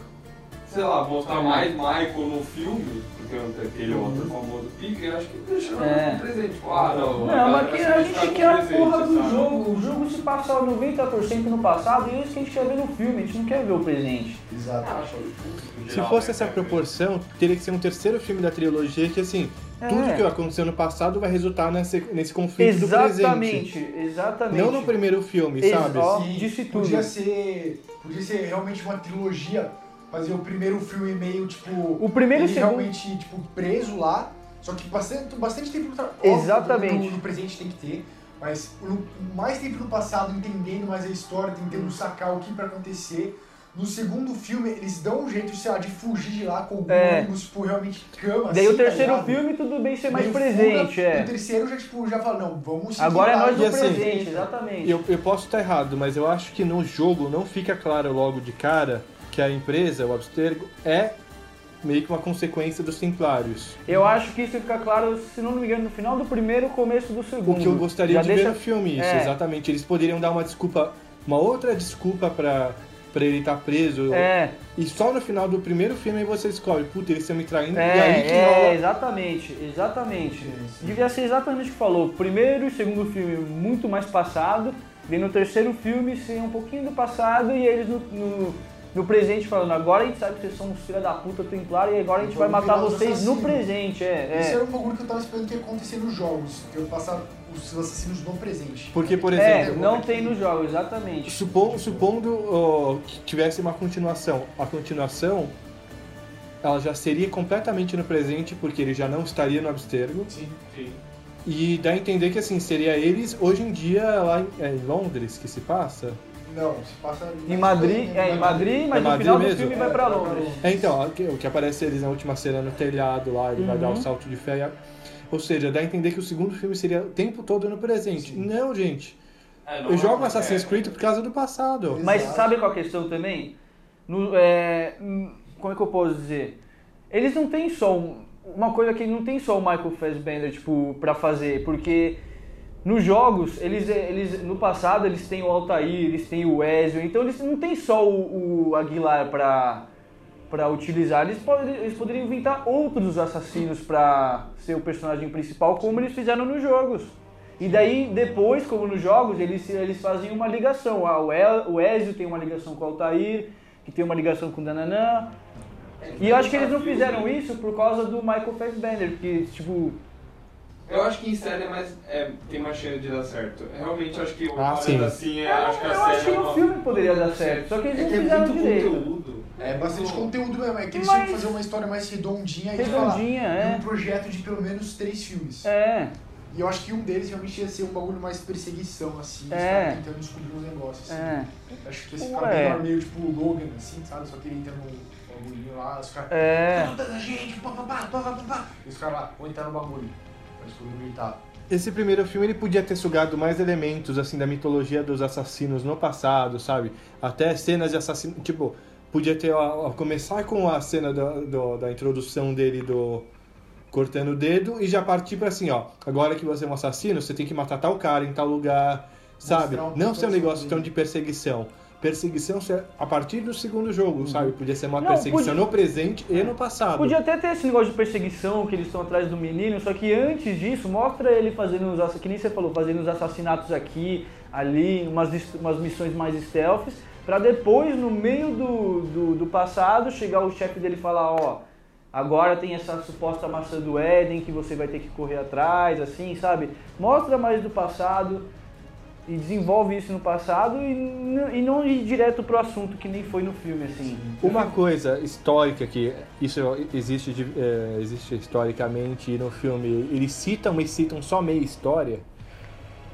Speaker 4: sei lá, mostrar mais Michael no filme, porque é um eu não tenho aquele outro famoso pique, eu acho que deixaram
Speaker 3: Uhum. É.
Speaker 4: um presente. Tipo, ah, não.
Speaker 3: Não, mas que a gente quer a porra do
Speaker 4: tá sabe?
Speaker 3: jogo. O jogo se passar 90% no passado e é isso que a gente quer ver no filme. A gente não quer ver o presente.
Speaker 1: Exato.
Speaker 4: Acho justo, em
Speaker 2: Se
Speaker 4: geral,
Speaker 2: fosse
Speaker 4: né,
Speaker 2: essa
Speaker 4: cara?
Speaker 2: proporção, teria que ser um terceiro filme da trilogia que, assim,
Speaker 3: É.
Speaker 2: tudo que aconteceu no passado vai resultar nesse, nesse conflito do presente.
Speaker 3: Exatamente, exatamente.
Speaker 2: Não no primeiro filme,
Speaker 3: Exa-
Speaker 2: sabe?
Speaker 3: ó,
Speaker 1: Sim,
Speaker 3: disse tudo.
Speaker 1: Podia ser, podia ser realmente uma trilogia, fazer o primeiro filme meio tipo
Speaker 3: O primeiro e
Speaker 1: ele
Speaker 3: o segundo-
Speaker 1: realmente tipo preso lá, só que bastante, bastante tempo no tra-
Speaker 3: Exatamente.
Speaker 1: óbvio, No, no presente tem que ter, mas no- mais tempo no passado entendendo mais a história, tentando sacar o que vai acontecer. No segundo filme eles dão um jeito, sei lá, de fugir de lá com o
Speaker 3: É.
Speaker 1: ônibus, tipo, realmente cama.
Speaker 3: Daí
Speaker 1: assim,
Speaker 3: o terceiro
Speaker 1: tá ligado?
Speaker 3: filme, tudo bem ser mais
Speaker 1: Meio
Speaker 3: presente,
Speaker 1: fuga,
Speaker 3: é.
Speaker 1: O terceiro já tipo já fala não, vamos seguir
Speaker 3: Agora é
Speaker 1: lá,
Speaker 3: nós
Speaker 1: e
Speaker 3: do
Speaker 2: assim,
Speaker 3: presente, exatamente.
Speaker 2: Eu, eu posso estar errado, mas eu acho que no jogo não fica claro logo de cara que a empresa, o Abstergo, é meio que uma consequência dos Templários.
Speaker 3: Eu acho que isso fica claro, se não me engano, no final do primeiro, começo do segundo.
Speaker 2: O que eu gostaria
Speaker 3: Hum, Já
Speaker 2: de
Speaker 3: deixa...
Speaker 2: ver no filme, isso,
Speaker 3: É.
Speaker 2: exatamente. Eles poderiam dar uma desculpa uma outra desculpa pra, pra ele estar preso.
Speaker 3: É,
Speaker 2: E só no final do primeiro filme aí você descobre, puta, eles estão me traindo. e aí que
Speaker 3: é, é,
Speaker 2: rola-
Speaker 3: exatamente, exatamente.
Speaker 1: Sim, sim.
Speaker 3: Devia ser exatamente o que falou. Primeiro e segundo filme muito mais passado, e no terceiro filme ser um pouquinho do passado e eles no, no, no presente falando, agora a gente sabe que vocês são uns filha da puta templário e agora a gente vai
Speaker 1: Vamos
Speaker 3: matar
Speaker 1: virar os
Speaker 3: vocês no
Speaker 1: assassinos." Isso
Speaker 3: presente, é.
Speaker 1: era um bagulho que eu tava esperando que ia acontecer nos jogos, que eu ia passar os assassinos no presente.
Speaker 2: Porque, por
Speaker 3: É,
Speaker 2: exemplo,
Speaker 3: é não tem no jogo, exatamente.
Speaker 2: Supon- supondo ó, que tivesse uma continuação, a continuação ela já seria completamente no presente porque ele já não estaria no abstergo
Speaker 1: Sim.
Speaker 4: Sim.
Speaker 2: e dá a entender que assim seria eles hoje em dia lá em, é em Londres que se passa.
Speaker 1: É. Não, se passa
Speaker 3: Em Madrid, é, em Madrid, mas
Speaker 2: É
Speaker 3: no
Speaker 2: Madrid
Speaker 3: final do
Speaker 2: mesmo?
Speaker 3: filme vai pra Londres.
Speaker 2: É, então o que- o que aparece eles na última cena no telhado lá ele
Speaker 3: Uhum.
Speaker 2: vai dar o salto de fé, e a- ou seja dá a entender que o segundo filme seria o tempo todo no presente. Não gente,
Speaker 4: É, não,
Speaker 2: eu jogo
Speaker 4: não,
Speaker 2: Assassin's
Speaker 4: é.
Speaker 2: Creed por causa do passado.
Speaker 1: Exato.
Speaker 3: Mas sabe qual é a questão também? No- é, hum, como é que eu posso dizer? Eles não têm só um- uma coisa que não tem só o Michael Fassbender tipo para fazer, porque nos jogos eles, eles no passado eles têm o Altair, eles têm o Ezio, então eles não têm só o, o Aguilar pra para utilizar, eles, podem, eles poderiam inventar outros assassinos pra ser o personagem principal, como eles fizeram nos jogos. E daí, depois, como nos jogos, eles, eles fazem uma ligação. Ah, o, El, o Ezio tem uma ligação com o Altair, que tem uma ligação com o Dananã. E eu acho que eles não fizeram isso por causa do Michael Fassbender, porque, tipo,
Speaker 4: Eu acho que em série é mais, é, tem mais chance de dar certo. Realmente acho que o
Speaker 2: Ah,
Speaker 4: parada
Speaker 2: sim.
Speaker 4: assim, é,
Speaker 3: eu
Speaker 4: acho que a série
Speaker 3: acho que
Speaker 4: é
Speaker 3: no
Speaker 4: uma-
Speaker 3: filme poderia dar certo, só que eles
Speaker 4: é
Speaker 3: não
Speaker 4: que é
Speaker 3: fizeram
Speaker 4: muito
Speaker 3: direito.
Speaker 4: conteúdo.
Speaker 1: É bastante conteúdo mesmo, é que eles
Speaker 3: Mas-
Speaker 1: tinham que fazer uma história mais redondinha e
Speaker 3: Redondinha,
Speaker 1: falar,
Speaker 3: é.
Speaker 1: e um projeto de pelo menos três filmes.
Speaker 3: É,
Speaker 1: E eu acho que um deles realmente ia ser um bagulho mais perseguição, assim,
Speaker 3: É.
Speaker 1: sabe? tentando descobrir uns negócios. assim.
Speaker 3: é.
Speaker 1: Acho que
Speaker 3: Ué.
Speaker 1: esse cabelo é meio tipo o Logan, assim, sabe? Só que ele entra no bagulhinho lá, os caras.
Speaker 3: É.
Speaker 1: Tá toda a gente, pá, pá, pá, pá, pá, pá, pá. E os caras lá, vão entrar no bagulho. Pra descobrir onde ele tá.
Speaker 2: Esse primeiro filme ele podia ter sugado mais elementos assim da mitologia dos assassinos no passado, sabe? Até cenas de assassino, tipo, podia ter ó, ó, começar com a cena da, do- da introdução dele do cortando o dedo e já partir pra assim, ó, agora que você é um assassino, você tem que matar tal cara em tal lugar, sabe?
Speaker 1: Mostrar um
Speaker 2: Não ser um
Speaker 1: pouco
Speaker 2: negócio
Speaker 1: sobre
Speaker 2: tão
Speaker 1: ele.
Speaker 2: de perseguição. Perseguição se- é a partir do segundo
Speaker 1: Uhum.
Speaker 2: jogo, sabe? Podia ser uma
Speaker 3: Não,
Speaker 2: perseguição
Speaker 3: podia-
Speaker 2: no presente e no passado.
Speaker 3: Podia até ter esse negócio de perseguição, que eles estão atrás do menino, só que antes disso, mostra ele fazendo uns ass- que nem você falou, fazendo os assassinatos aqui, ali, umas, dis- umas missões mais stealths, pra depois, no meio do, do, do passado, chegar o chefe dele e falar, ó, agora tem essa suposta maçã do Éden que você vai ter que correr atrás, assim, sabe? Mostra mais do passado e desenvolve isso no passado e, n- e não ir direto pro assunto que nem foi no filme, assim.
Speaker 2: Uma coisa histórica que isso existe, de- eh, existe historicamente e no filme, eles citam e citam só meia história.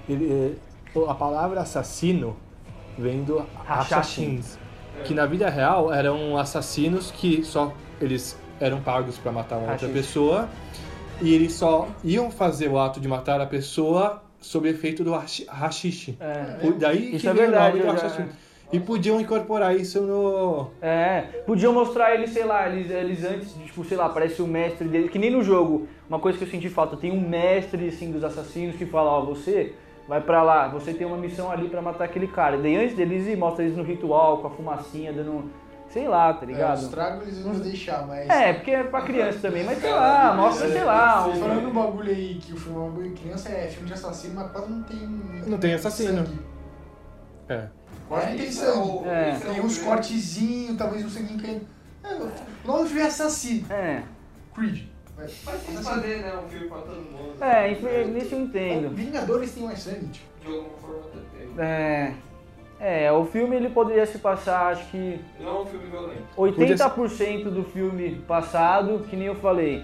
Speaker 2: Ele, eh, a palavra assassino vem do assassins, que na vida real eram assassinos que só eles eram pagos para matar uma outra
Speaker 3: Hashins.
Speaker 2: pessoa e eles só iam fazer o ato de matar a pessoa sob efeito do hashi- hashish.
Speaker 3: É.
Speaker 2: Por- Daí
Speaker 3: Isso
Speaker 2: que
Speaker 3: é
Speaker 2: vem o
Speaker 3: verdade,
Speaker 2: nome do
Speaker 3: eu já-
Speaker 2: assassino. E podiam incorporar isso no
Speaker 3: É, podiam mostrar ele, sei lá, eles, eles antes, tipo, sei lá, parece o mestre dele, que nem no jogo. Uma coisa que eu senti falta, tem um mestre, assim, dos assassinos que fala, ó, você vai pra lá, você tem uma missão ali pra matar aquele cara. E daí antes deles ir, mostra eles no ritual, com a fumacinha, dando, sei lá, tá
Speaker 1: É, os
Speaker 3: ligado?
Speaker 1: tragos eles vão deixar, mas.
Speaker 3: É, porque é pra criança também, mas sei lá, mostra, sei lá,
Speaker 1: Vocês Falando
Speaker 3: um...
Speaker 1: no bagulho aí que o filme é um bagulho de criança é filme de assassino, mas quase não tem. um
Speaker 2: Não tem assassino.
Speaker 1: sangue.
Speaker 2: É.
Speaker 1: Quase não tem
Speaker 4: Isso
Speaker 1: sangue.
Speaker 3: É.
Speaker 4: isso
Speaker 1: Tem
Speaker 4: um
Speaker 1: uns
Speaker 4: grande-
Speaker 1: cortezinhos, talvez um sanguinho caindo. É, não não tiver assassino.
Speaker 3: É,
Speaker 1: Creed.
Speaker 4: Mas tem que fazer, né? Um filme pra todo mundo.
Speaker 3: é, enfim, nisso eu entendo.
Speaker 1: Vingadores tem mais sangue, tipo.
Speaker 4: De alguma forma até tem.
Speaker 3: É, é, o filme ele poderia se passar, acho que...
Speaker 4: Não é um filme violento.
Speaker 3: 80% do filme passado, que nem eu falei.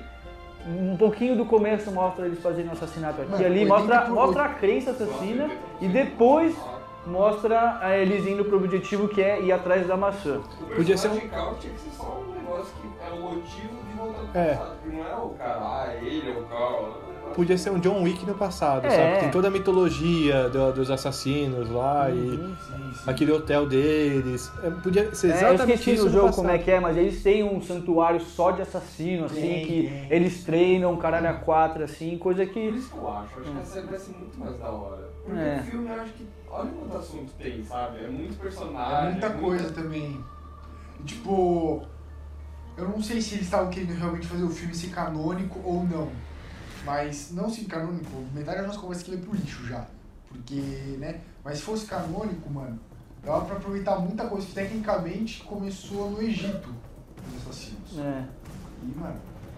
Speaker 3: Um pouquinho do começo mostra eles fazendo assassinato aqui
Speaker 1: Mano,
Speaker 3: e ali,
Speaker 1: 80
Speaker 3: mostra,
Speaker 1: por-
Speaker 3: mostra a crença assassina e depois
Speaker 4: Ah,
Speaker 3: mostra ah, eles indo pro objetivo que é ir atrás da maçã.
Speaker 4: O
Speaker 2: Podia ser um-
Speaker 4: personagem Carl tinha que ser só um negócio que é o um motivo de voltar pro
Speaker 2: É.
Speaker 4: passado. Que não é o cara, ah, ele é o Carl.
Speaker 2: podia ser um John Wick no passado,
Speaker 3: É.
Speaker 2: sabe? Tem toda a mitologia do- dos assassinos lá
Speaker 3: Uhum,
Speaker 1: Sim,
Speaker 2: e
Speaker 1: sim.
Speaker 2: aquele hotel deles. É, Podia ser
Speaker 3: É, eu
Speaker 2: exatamente
Speaker 3: esqueci
Speaker 2: isso
Speaker 3: o
Speaker 2: no
Speaker 3: jogo
Speaker 2: passado.
Speaker 3: como é que é, mas eles têm um santuário só de assassino, assim,
Speaker 1: Tem,
Speaker 3: que
Speaker 1: tem.
Speaker 3: eles treinam um caralho a quatro, assim, coisa
Speaker 4: Por
Speaker 3: que.
Speaker 4: É isso que eu acho, acho que a série vai ser muito mais da hora.
Speaker 3: Hum.
Speaker 4: Porque
Speaker 3: É.
Speaker 4: o filme, eu acho que. Olha quanto assunto tem, sabe? É muito personagem.
Speaker 1: É muita coisa também. E, Tipo, eu não sei se eles estavam querendo realmente fazer o filme ser canônico ou não. Mas não se canônico, metade da nossa conversa aqui é pro lixo já. Porque, né? Mas se fosse canônico, mano, dava pra aproveitar muita coisa que tecnicamente começou no Egito, os assassinos.
Speaker 3: É,
Speaker 1: E, mano,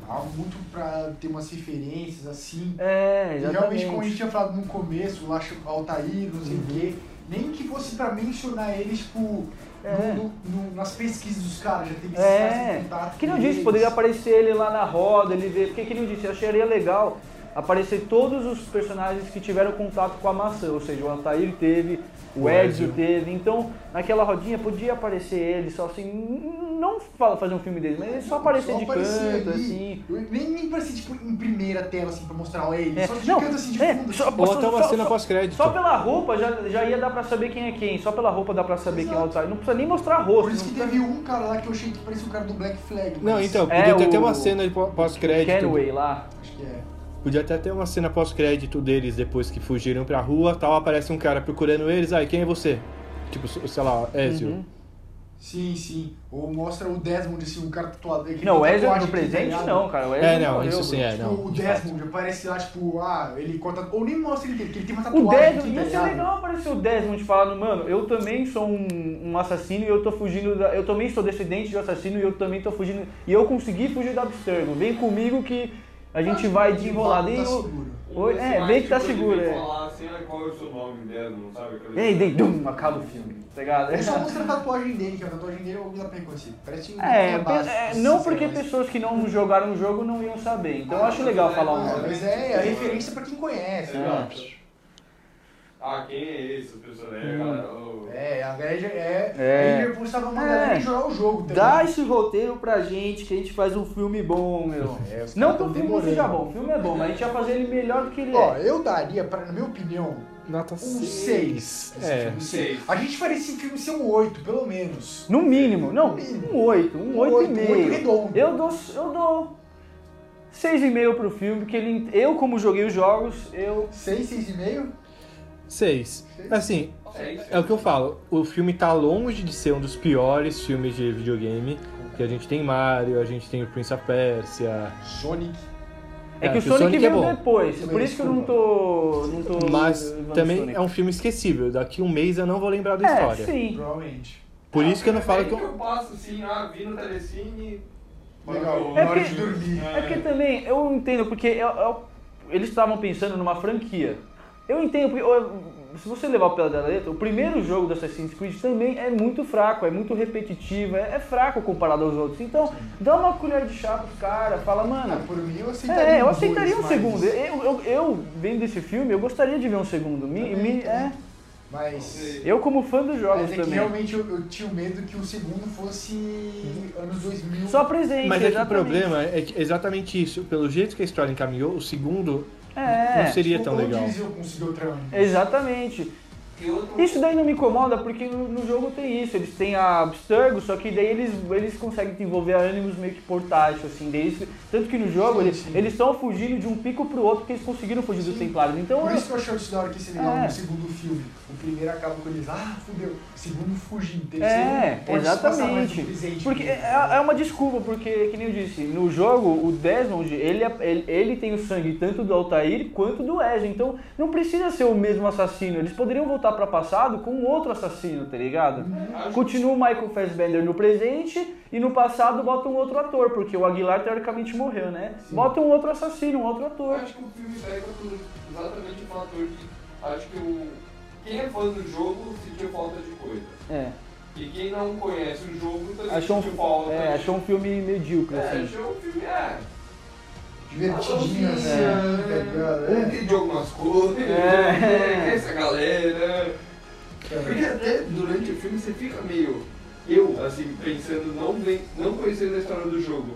Speaker 1: há muito pra ter umas referências assim.
Speaker 3: é
Speaker 1: E realmente, como a gente
Speaker 3: exatamente.
Speaker 1: tinha falado no começo, lá Altair, não sei o quê,
Speaker 3: Uhum.
Speaker 1: nem que fosse pra mencionar eles, tipo,
Speaker 3: É.
Speaker 1: no- no- no- nas pesquisas dos caras, já teve caras
Speaker 3: É,
Speaker 1: em contato.
Speaker 3: que nem
Speaker 1: com
Speaker 3: eu disse,
Speaker 1: eles.
Speaker 3: poderia aparecer ele lá na roda, ele ver. Porque que nem eu disse, eu acharia legal aparecer todos os personagens que tiveram contato com a maçã, ou seja, o Altair teve, o
Speaker 2: O
Speaker 3: Ezio
Speaker 2: Ezio.
Speaker 3: teve, então naquela rodinha podia aparecer ele, só assim, n- não fa- fazer um filme dele, mas ele só aparecer
Speaker 1: Só
Speaker 3: de
Speaker 1: aparecia
Speaker 3: canto,
Speaker 1: ali.
Speaker 3: assim.
Speaker 1: Eu- Nem, nem parecia, tipo, em primeira tela, assim, pra mostrar ó, ele.
Speaker 3: É,
Speaker 1: Só de
Speaker 3: não,
Speaker 1: canto, assim, de
Speaker 3: é,
Speaker 1: fundo.
Speaker 3: só-
Speaker 1: assim.
Speaker 2: Ou até uma
Speaker 3: Só-
Speaker 2: cena
Speaker 3: só-
Speaker 2: pós-crédito.
Speaker 3: Só pela roupa já, já ia dar pra saber quem é quem. Só pela roupa dá pra saber quem é o Altair. Não precisa nem mostrar rosto.
Speaker 1: Por isso
Speaker 3: não
Speaker 1: que
Speaker 3: precisa-
Speaker 1: teve um cara lá que eu achei que parecia o cara do Black Flag.
Speaker 2: Não,
Speaker 1: mas
Speaker 2: então,
Speaker 3: É,
Speaker 2: podia ter até
Speaker 3: o-
Speaker 2: uma cena de pó- pós-crédito.
Speaker 3: Kenway lá.
Speaker 1: Acho que é.
Speaker 2: Podia até ter uma cena pós-crédito deles depois que fugiram pra rua, tal, aparece um cara procurando eles, aí quem é você? Tipo, sei lá, Ezio.
Speaker 3: Uhum.
Speaker 1: Sim, sim. Ou mostra o Desmond, assim, um cara tatuado. aquele
Speaker 3: Não, o Ezio
Speaker 1: tatuagem
Speaker 3: no
Speaker 1: que
Speaker 3: presente
Speaker 1: tá ligado?
Speaker 3: não, cara. O Ezio
Speaker 2: É, não,
Speaker 3: morreu, né?
Speaker 2: isso sim
Speaker 3: bro.
Speaker 2: é,
Speaker 1: Tipo,
Speaker 2: não.
Speaker 1: o Desmond aparece lá, tipo, ah, ele corta. Ou nem mostra ele, que ele tem uma
Speaker 3: O
Speaker 1: tatuagem.
Speaker 3: Desmond,
Speaker 1: aqui,
Speaker 3: ia
Speaker 1: tá
Speaker 3: ser
Speaker 1: ligado?
Speaker 3: legal aparecer o Desmond falando, mano, eu também sou um, um assassino e eu tô fugindo, da, eu também sou descendente de assassino e eu também tô fugindo, e eu consegui fugir do Abstergo, vem comigo que a gente vai desenrolar.
Speaker 1: Tá
Speaker 3: E o-
Speaker 1: seguro.
Speaker 3: Oi, é, vem que tá seguro, é.
Speaker 4: falar assim, ah, qual é o seu nome dela, não sabe? aquela-
Speaker 3: E aí, dei, dum, acaba o filme, tá ligado? (laughs)
Speaker 1: Ele só mostra a tatuagem dele, que a tatuagem dele é o Guilherme conhecido. Parece um
Speaker 3: É,
Speaker 1: cara básico,
Speaker 3: é,
Speaker 1: assim,
Speaker 3: não
Speaker 1: sei
Speaker 3: porque
Speaker 1: lá, mas-
Speaker 3: pessoas que não jogaram o jogo não iam saber, então eu acho legal falar um
Speaker 1: Ah,
Speaker 3: nome.
Speaker 1: mas é a referência pra quem conhece. né?
Speaker 4: Exato. Ah, quem é esse personagem?
Speaker 2: Hum.
Speaker 4: Cara, oh.
Speaker 1: É, a galera já- é.
Speaker 3: É.
Speaker 1: é. Aí depois tava uma
Speaker 3: É.
Speaker 1: galera que jogar o jogo tá também.
Speaker 3: Dá esse roteiro pra gente que a gente faz um filme bom, meu.
Speaker 1: É, os
Speaker 3: Não
Speaker 1: caras
Speaker 3: que o
Speaker 1: tão
Speaker 3: filme não
Speaker 1: demorando.
Speaker 3: seja bom, o filme é bom, mas a gente vai fazer ele melhor do que ele
Speaker 1: Ó,
Speaker 3: é.
Speaker 1: eu daria, pra, na minha opinião,
Speaker 2: Nota
Speaker 1: um
Speaker 2: seis.
Speaker 1: 6.
Speaker 2: É.
Speaker 4: Seis.
Speaker 1: A gente faria esse filme ser um 8, pelo menos.
Speaker 3: No mínimo, não,
Speaker 1: No mínimo.
Speaker 3: um 8, um
Speaker 1: Um
Speaker 3: 8 e
Speaker 1: oito, um oito
Speaker 3: meio.
Speaker 1: redondo.
Speaker 3: Eu dou, eu dou 6,5 pro filme, porque ele, eu como joguei os jogos, eu...
Speaker 1: 6, 6,5?
Speaker 2: Seis. Assim,
Speaker 4: Seis.
Speaker 2: é o que eu falo. O filme tá longe de ser um dos piores filmes de videogame. Que a gente tem Mario, a gente tem o Prince of Persia.
Speaker 1: Sonic.
Speaker 3: É, que o Sonic,
Speaker 2: é
Speaker 3: veio
Speaker 2: bom.
Speaker 3: depois,
Speaker 1: Também
Speaker 3: por isso que eu não
Speaker 1: desculpa.
Speaker 3: tô... Não tô
Speaker 2: Mas
Speaker 3: levando
Speaker 2: também
Speaker 3: Sonic.
Speaker 2: é um filme esquecível. Daqui um mês eu não vou lembrar da
Speaker 3: É,
Speaker 2: história.
Speaker 3: sim.
Speaker 1: Provavelmente.
Speaker 2: Por isso que eu não falo
Speaker 4: Aí
Speaker 2: que.
Speaker 4: É que
Speaker 2: eu-
Speaker 4: eu passo assim, ah, vi no telecine.
Speaker 1: Legal,
Speaker 3: É
Speaker 1: na hora de
Speaker 3: porque-
Speaker 1: dormir.
Speaker 4: É.
Speaker 3: É porque também, eu entendo, porque eu- eu- eles estavam pensando numa franquia. Eu entendo, porque ó, se você levar o pé da letra, o primeiro jogo do Assassin's Creed também é muito fraco, é muito repetitivo, é, é fraco comparado aos outros. Então, dá uma colher de chá pros caras, fala,
Speaker 1: Ah,
Speaker 3: mano.
Speaker 1: por mim eu aceitaria.
Speaker 3: É, eu
Speaker 1: os
Speaker 3: aceitaria um
Speaker 1: dois,
Speaker 3: segundo.
Speaker 1: mas-
Speaker 3: Eu, eu, eu, vendo esse filme, eu gostaria de ver um segundo. Me, me- é,
Speaker 1: Mas.
Speaker 3: eu, como fã dos jogos
Speaker 1: Mas é que
Speaker 3: também.
Speaker 1: realmente eu, eu tinha o medo que o segundo fosse anos 2000.
Speaker 3: Só presente,
Speaker 2: Mas é que o
Speaker 3: exatamente.
Speaker 2: problema é que exatamente isso. Pelo jeito que a história encaminhou, o segundo
Speaker 3: É,
Speaker 2: não seria tão
Speaker 1: Ou
Speaker 2: legal.
Speaker 1: diz eu consegui outra onda.
Speaker 3: exatamente.
Speaker 4: E outro
Speaker 3: Isso daí não me incomoda porque no, no jogo tem isso, eles têm a Abstergo, só que daí eles, eles conseguem desenvolver a Animus meio que portátil, assim, daí eles- tanto que no jogo
Speaker 1: Sim,
Speaker 3: eles-
Speaker 1: sim.
Speaker 3: eles estão fugindo de um pico pro outro porque eles conseguiram fugir dos Templários. Então,
Speaker 1: Por
Speaker 3: eu-
Speaker 1: isso que eu achei isso da hora que esse legal
Speaker 3: É.
Speaker 1: no segundo filme. O primeiro acaba com eles, ah, fudeu. O segundo fugindo. Terceiro,
Speaker 3: é,
Speaker 1: pode se passar mais
Speaker 3: exatamente.
Speaker 1: no presente.
Speaker 3: Porque é, é uma desculpa, porque, que nem eu disse, no jogo o Desmond, ele, é- ele, ele tem o sangue tanto do Altair quanto do Ezio, então não precisa ser o mesmo assassino, eles poderiam voltar pra passado com outro assassino, tá ligado? Continua o Michael Fassbender no presente e no passado bota um outro ator, porque o Aguilar teoricamente morreu, né? Bota um outro assassino, um outro
Speaker 4: Eu
Speaker 3: ator.
Speaker 4: acho que o filme pega por exatamente o fator de. Acho que o. Quem é fã do jogo sentiu falta de coisa.
Speaker 3: É,
Speaker 4: E quem não conhece o jogo também
Speaker 3: achou
Speaker 4: sentiu falta
Speaker 3: um, é,
Speaker 4: de-
Speaker 3: achou um filme medíocre,
Speaker 4: É,
Speaker 3: assim.
Speaker 4: achou o filme. É.
Speaker 1: Divertidinho, assim, tá ligado?
Speaker 4: Um
Speaker 1: É.
Speaker 4: vídeo de algumas coisas,
Speaker 3: É.
Speaker 4: essa galera. Porque até durante o filme você fica meio. Eu, assim, pensando, não, vem, não conhecendo a história do jogo.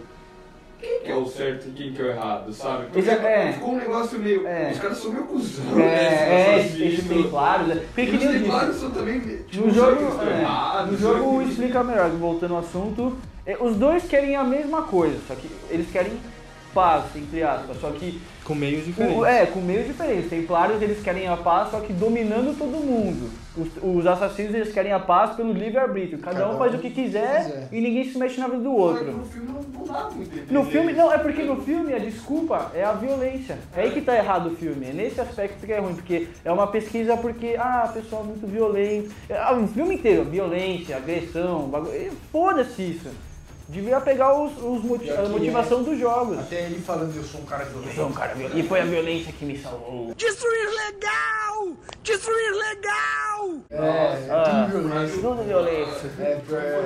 Speaker 4: O quem que é o certo e quem que é o errado, sabe? Porque
Speaker 3: Esse é- é.
Speaker 4: ficou um negócio meio.
Speaker 3: É.
Speaker 4: Os caras são meio cuzão,
Speaker 3: É, é,
Speaker 4: né?
Speaker 3: eles eles têm claros. né? Porque que
Speaker 4: Eles
Speaker 3: nem eu
Speaker 4: têm
Speaker 3: disse,
Speaker 4: vários são também. Tipo,
Speaker 3: No jogo,
Speaker 4: será que eles
Speaker 3: é,
Speaker 4: estão errados?
Speaker 3: no
Speaker 4: Será
Speaker 3: jogo
Speaker 4: que-
Speaker 3: explica melhor, voltando ao assunto. É, Os dois querem a mesma coisa, só que eles querem paz, entre aspas. Só que,
Speaker 2: Com meios diferentes.
Speaker 3: com, é, com meios diferentes. Templários eles querem a paz, só que dominando todo mundo. Os, os assassinos eles querem a paz pelo livre-arbítrio. Cada,
Speaker 1: Cada
Speaker 3: um faz
Speaker 1: um
Speaker 3: o que quiser,
Speaker 1: quiser.
Speaker 3: e ninguém se mexe na vida do
Speaker 4: Só que
Speaker 3: outro.
Speaker 4: No filme não dá pra entender.
Speaker 3: No filme, não, é porque no filme a desculpa é a violência. É aí que tá errado o filme. É nesse aspecto que é ruim, porque é uma pesquisa porque, ah, o pessoal é muito violento. Ah, O filme inteiro, violência, agressão, bagulho. E Foda-se isso. Devia pegar os, os moti-
Speaker 1: Pior
Speaker 3: a
Speaker 1: que
Speaker 3: motivação dos jogos.
Speaker 1: Até ele falando, eu sou um cara violento.
Speaker 3: Então, cara, viol- e foi a violência que me salvou.
Speaker 6: Destruir legal! Destruir legal!
Speaker 1: É, é
Speaker 3: Ah,
Speaker 1: tudo violento.
Speaker 3: tudo violência.
Speaker 1: É,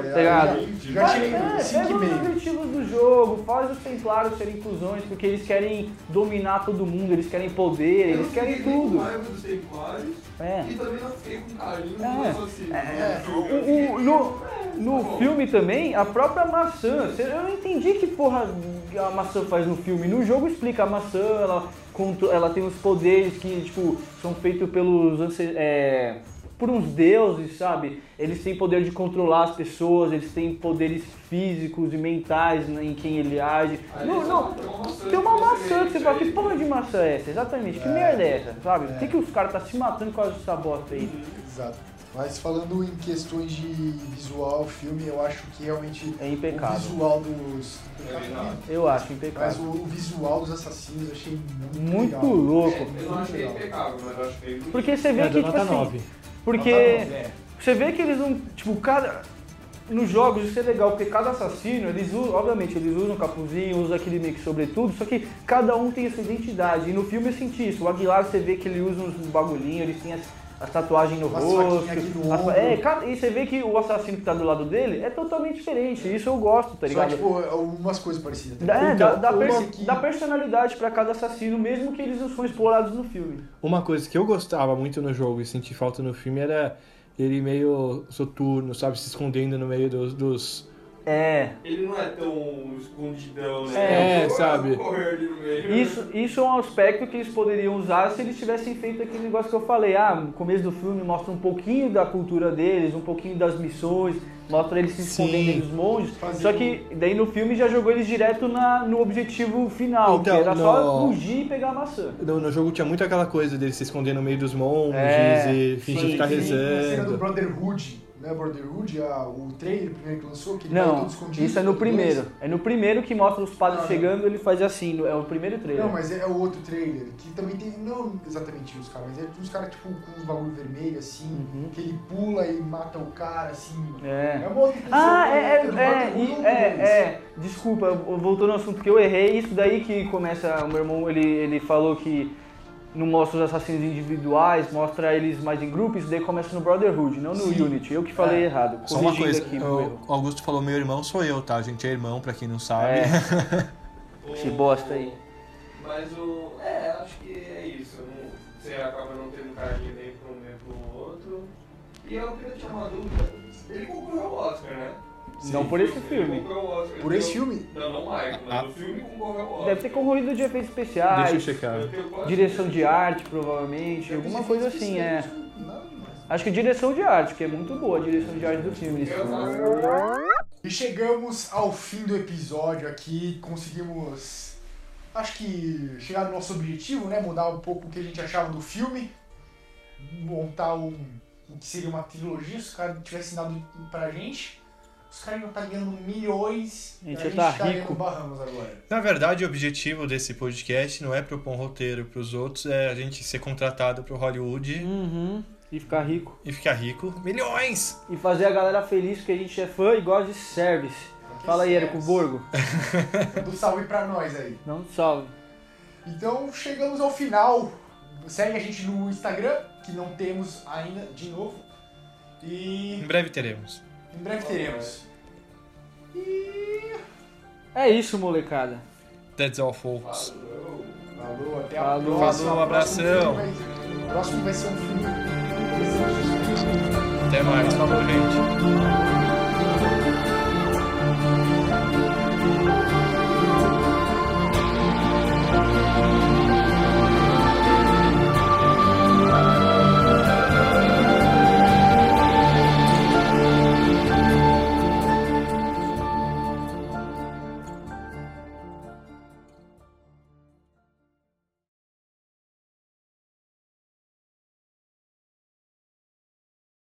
Speaker 1: é,
Speaker 3: Pegado.
Speaker 1: Já, já tirei
Speaker 3: É, pega os
Speaker 1: 5,5.
Speaker 3: objetivos do jogo, faz os templários serem cuzões, porque eles querem dominar todo mundo, eles querem poder,
Speaker 4: Eu não
Speaker 3: eles querem
Speaker 4: fiquei nem
Speaker 3: tudo.
Speaker 4: Com raiva dos templários,
Speaker 3: É.
Speaker 4: E também não fiquei com carinho
Speaker 3: É.
Speaker 4: dos assassinos.
Speaker 1: É.
Speaker 4: Eu
Speaker 3: O-
Speaker 4: fiquei-
Speaker 3: o- no no filme também, a própria maçã. cê- Eu não entendi que porra a maçã faz no filme. No jogo explica a maçã, ela, contro- ela tem os poderes que tipo, são feitos pelos. ance- é, por uns deuses, sabe? Eles têm poder de controlar as pessoas, eles têm poderes físicos e mentais né, em quem ele age.
Speaker 4: Aí
Speaker 3: Não,
Speaker 4: Ah, eles
Speaker 3: não.
Speaker 4: falam,
Speaker 3: Tem uma maçã que você
Speaker 4: diferente
Speaker 3: fala, que
Speaker 4: aí.
Speaker 3: porra de maçã é essa? Exatamente, que merda é essa, sabe? Por que, que os caras tá se matando com essa bosta aí?
Speaker 1: é, Exato. Mas falando em questões de visual, filme, eu acho que realmente
Speaker 3: É
Speaker 1: o
Speaker 3: impecável.
Speaker 1: visual dos.
Speaker 3: Eu acho
Speaker 1: Mas
Speaker 3: impecável.
Speaker 1: o, o visual dos assassinos eu achei muito,
Speaker 3: Muito
Speaker 1: um legal.
Speaker 3: louco.
Speaker 4: Eu não achei impecável, mas eu acho que
Speaker 3: Porque você vê
Speaker 2: É,
Speaker 3: que,
Speaker 2: dou
Speaker 3: tipo
Speaker 2: nota
Speaker 3: assim,
Speaker 2: 9.
Speaker 3: porque
Speaker 1: É.
Speaker 3: você vê que eles não, tipo, cada nos jogos isso é legal, porque cada assassino, eles usam, obviamente, eles usam capuzinho, usam aquele meio que sobretudo, só que cada um tem a sua identidade. E no filme eu senti isso. O Aguilar você vê que ele usa uns bagulhinhos, ele tem as, as tatuagens no
Speaker 1: Uma
Speaker 3: rosto.
Speaker 1: soquinha aqui no
Speaker 3: as-
Speaker 1: ombro.
Speaker 3: é, cada- e você vê que o assassino que tá do lado dele é totalmente diferente. Isso eu gosto, tá
Speaker 1: Só,
Speaker 3: ligado?
Speaker 1: tipo, algumas coisas parecidas. né?
Speaker 3: Dá- é, dá,
Speaker 2: Então,
Speaker 3: dá
Speaker 1: uma
Speaker 3: perso-
Speaker 1: que-
Speaker 3: dá personalidade pra cada assassino, mesmo que eles não são explorados no filme.
Speaker 2: Uma coisa que eu gostava muito no jogo e senti falta no filme era ele meio soturno, sabe? Se escondendo no meio dos. dos...
Speaker 3: É,
Speaker 4: Ele não é tão escondidão,
Speaker 2: É,
Speaker 4: né? Eu
Speaker 2: sabe?
Speaker 4: correr ali no meio.
Speaker 3: Isso, isso é um aspecto que eles poderiam usar se eles tivessem feito aquele negócio que eu falei. Ah, no começo do filme mostra um pouquinho da cultura deles, um pouquinho das missões, mostra eles se
Speaker 2: Sim.
Speaker 3: escondendo entre os monges.
Speaker 1: Fazer
Speaker 3: Só que daí no filme já jogou eles direto na, no objetivo final,
Speaker 2: Então,
Speaker 3: que era só
Speaker 2: no-
Speaker 3: fugir e pegar a maçã.
Speaker 2: No, no jogo tinha muito aquela coisa dele se esconder no meio dos monges
Speaker 3: É,
Speaker 2: e fingir
Speaker 3: sim,
Speaker 2: ficar
Speaker 1: Tem a tá cena do
Speaker 2: rezando.
Speaker 1: Brotherhood, né? Brotherhood, a, o trailer primeiro que lançou, que ele vai
Speaker 3: Não,
Speaker 1: todo escondido.
Speaker 3: isso é no
Speaker 1: depois-
Speaker 3: primeiro. É no primeiro que mostra os padres
Speaker 1: Não, não.
Speaker 3: chegando, ele faz assim, no- é o primeiro trailer.
Speaker 1: Não, mas é o outro trailer, que também tem, não exatamente os caras, mas é uns caras tipo com uns bagulho vermelho assim, que ele pula e mata o cara assim.
Speaker 3: Uhum. É.
Speaker 1: uma outra né, intenção,
Speaker 3: Ah, é, é,
Speaker 1: do
Speaker 3: é,
Speaker 1: Brotherhood,
Speaker 3: e-
Speaker 1: não do
Speaker 3: é,
Speaker 1: dois.
Speaker 3: é, desculpa, eu- voltou no assunto que eu errei, isso daí que começa, o meu irmão, ele, ele falou que não mostra os assassinos individuais, mostra eles mais em grupo, isso daí começa no Brotherhood, não no Unity, eu que falei errado,
Speaker 2: Só uma
Speaker 3: corrigindo
Speaker 2: coisa,
Speaker 3: aqui, meu erro.
Speaker 2: o o Augusto falou meu irmão sou eu, tá? A gente é irmão, pra quem não sabe.
Speaker 3: É,
Speaker 2: (laughs)
Speaker 4: O-
Speaker 3: esse bosta aí.
Speaker 4: Mas o. É, acho que é isso. Não, você acaba não tendo carinho nem pra um nem pro outro. E eu queria tirar uma dúvida. Ele concorreu ao Oscar, né?
Speaker 3: não por esse
Speaker 4: Ele
Speaker 3: filme.
Speaker 4: concorreu ao Oscar.
Speaker 1: Por esse filme?
Speaker 4: Não, não Michael, mas
Speaker 2: Ah.
Speaker 4: o filme concorreu ao Oscar.
Speaker 3: Deve ter corroído de efeitos
Speaker 2: (laughs) Deixa eu
Speaker 3: especiais,
Speaker 2: checar.
Speaker 4: Eu tenho quase
Speaker 3: direção de
Speaker 4: certeza.
Speaker 3: arte, provavelmente, alguma coisa assim, é.
Speaker 1: Nada demais.
Speaker 3: Acho que direção de arte, que é muito boa a direção de arte do filme. nesse
Speaker 4: Eu
Speaker 3: filme.
Speaker 4: faço-
Speaker 1: E chegamos ao fim do episódio aqui, conseguimos, acho que chegar no nosso objetivo, né? Mudar um pouco o que a gente achava do filme, montar um, o que seria uma trilogia, se os caras tivessem dado pra gente, os caras iam estar ganhando milhões,
Speaker 3: A gente
Speaker 1: e
Speaker 3: ia tá
Speaker 1: estaria
Speaker 3: rico.
Speaker 1: no Bahamas agora.
Speaker 2: Na verdade, o objetivo desse podcast não é propor um roteiro pros outros, é a gente ser contratado pro Hollywood
Speaker 3: Uhum, e ficar rico.
Speaker 2: e ficar rico. Milhões!
Speaker 3: e fazer a galera feliz que a gente é fã e gosta de service. Fala aí, Érico Borgo.
Speaker 1: é, Do salve pra nós aí.
Speaker 3: Dá um salve.
Speaker 1: Então chegamos ao final. Segue a gente no Instagram, que não temos ainda, de novo.
Speaker 2: Em
Speaker 1: E
Speaker 2: breve teremos.
Speaker 1: em breve teremos.
Speaker 3: É isso, molecada.
Speaker 2: That's all, folks.
Speaker 1: Falou, até a
Speaker 3: Falou,
Speaker 1: próxima.
Speaker 2: falou,
Speaker 1: O
Speaker 2: abração.
Speaker 1: próximo filme vai- O próximo vai ser um filme.
Speaker 2: Até mais. Falou, gente.
Speaker 1: Valeu.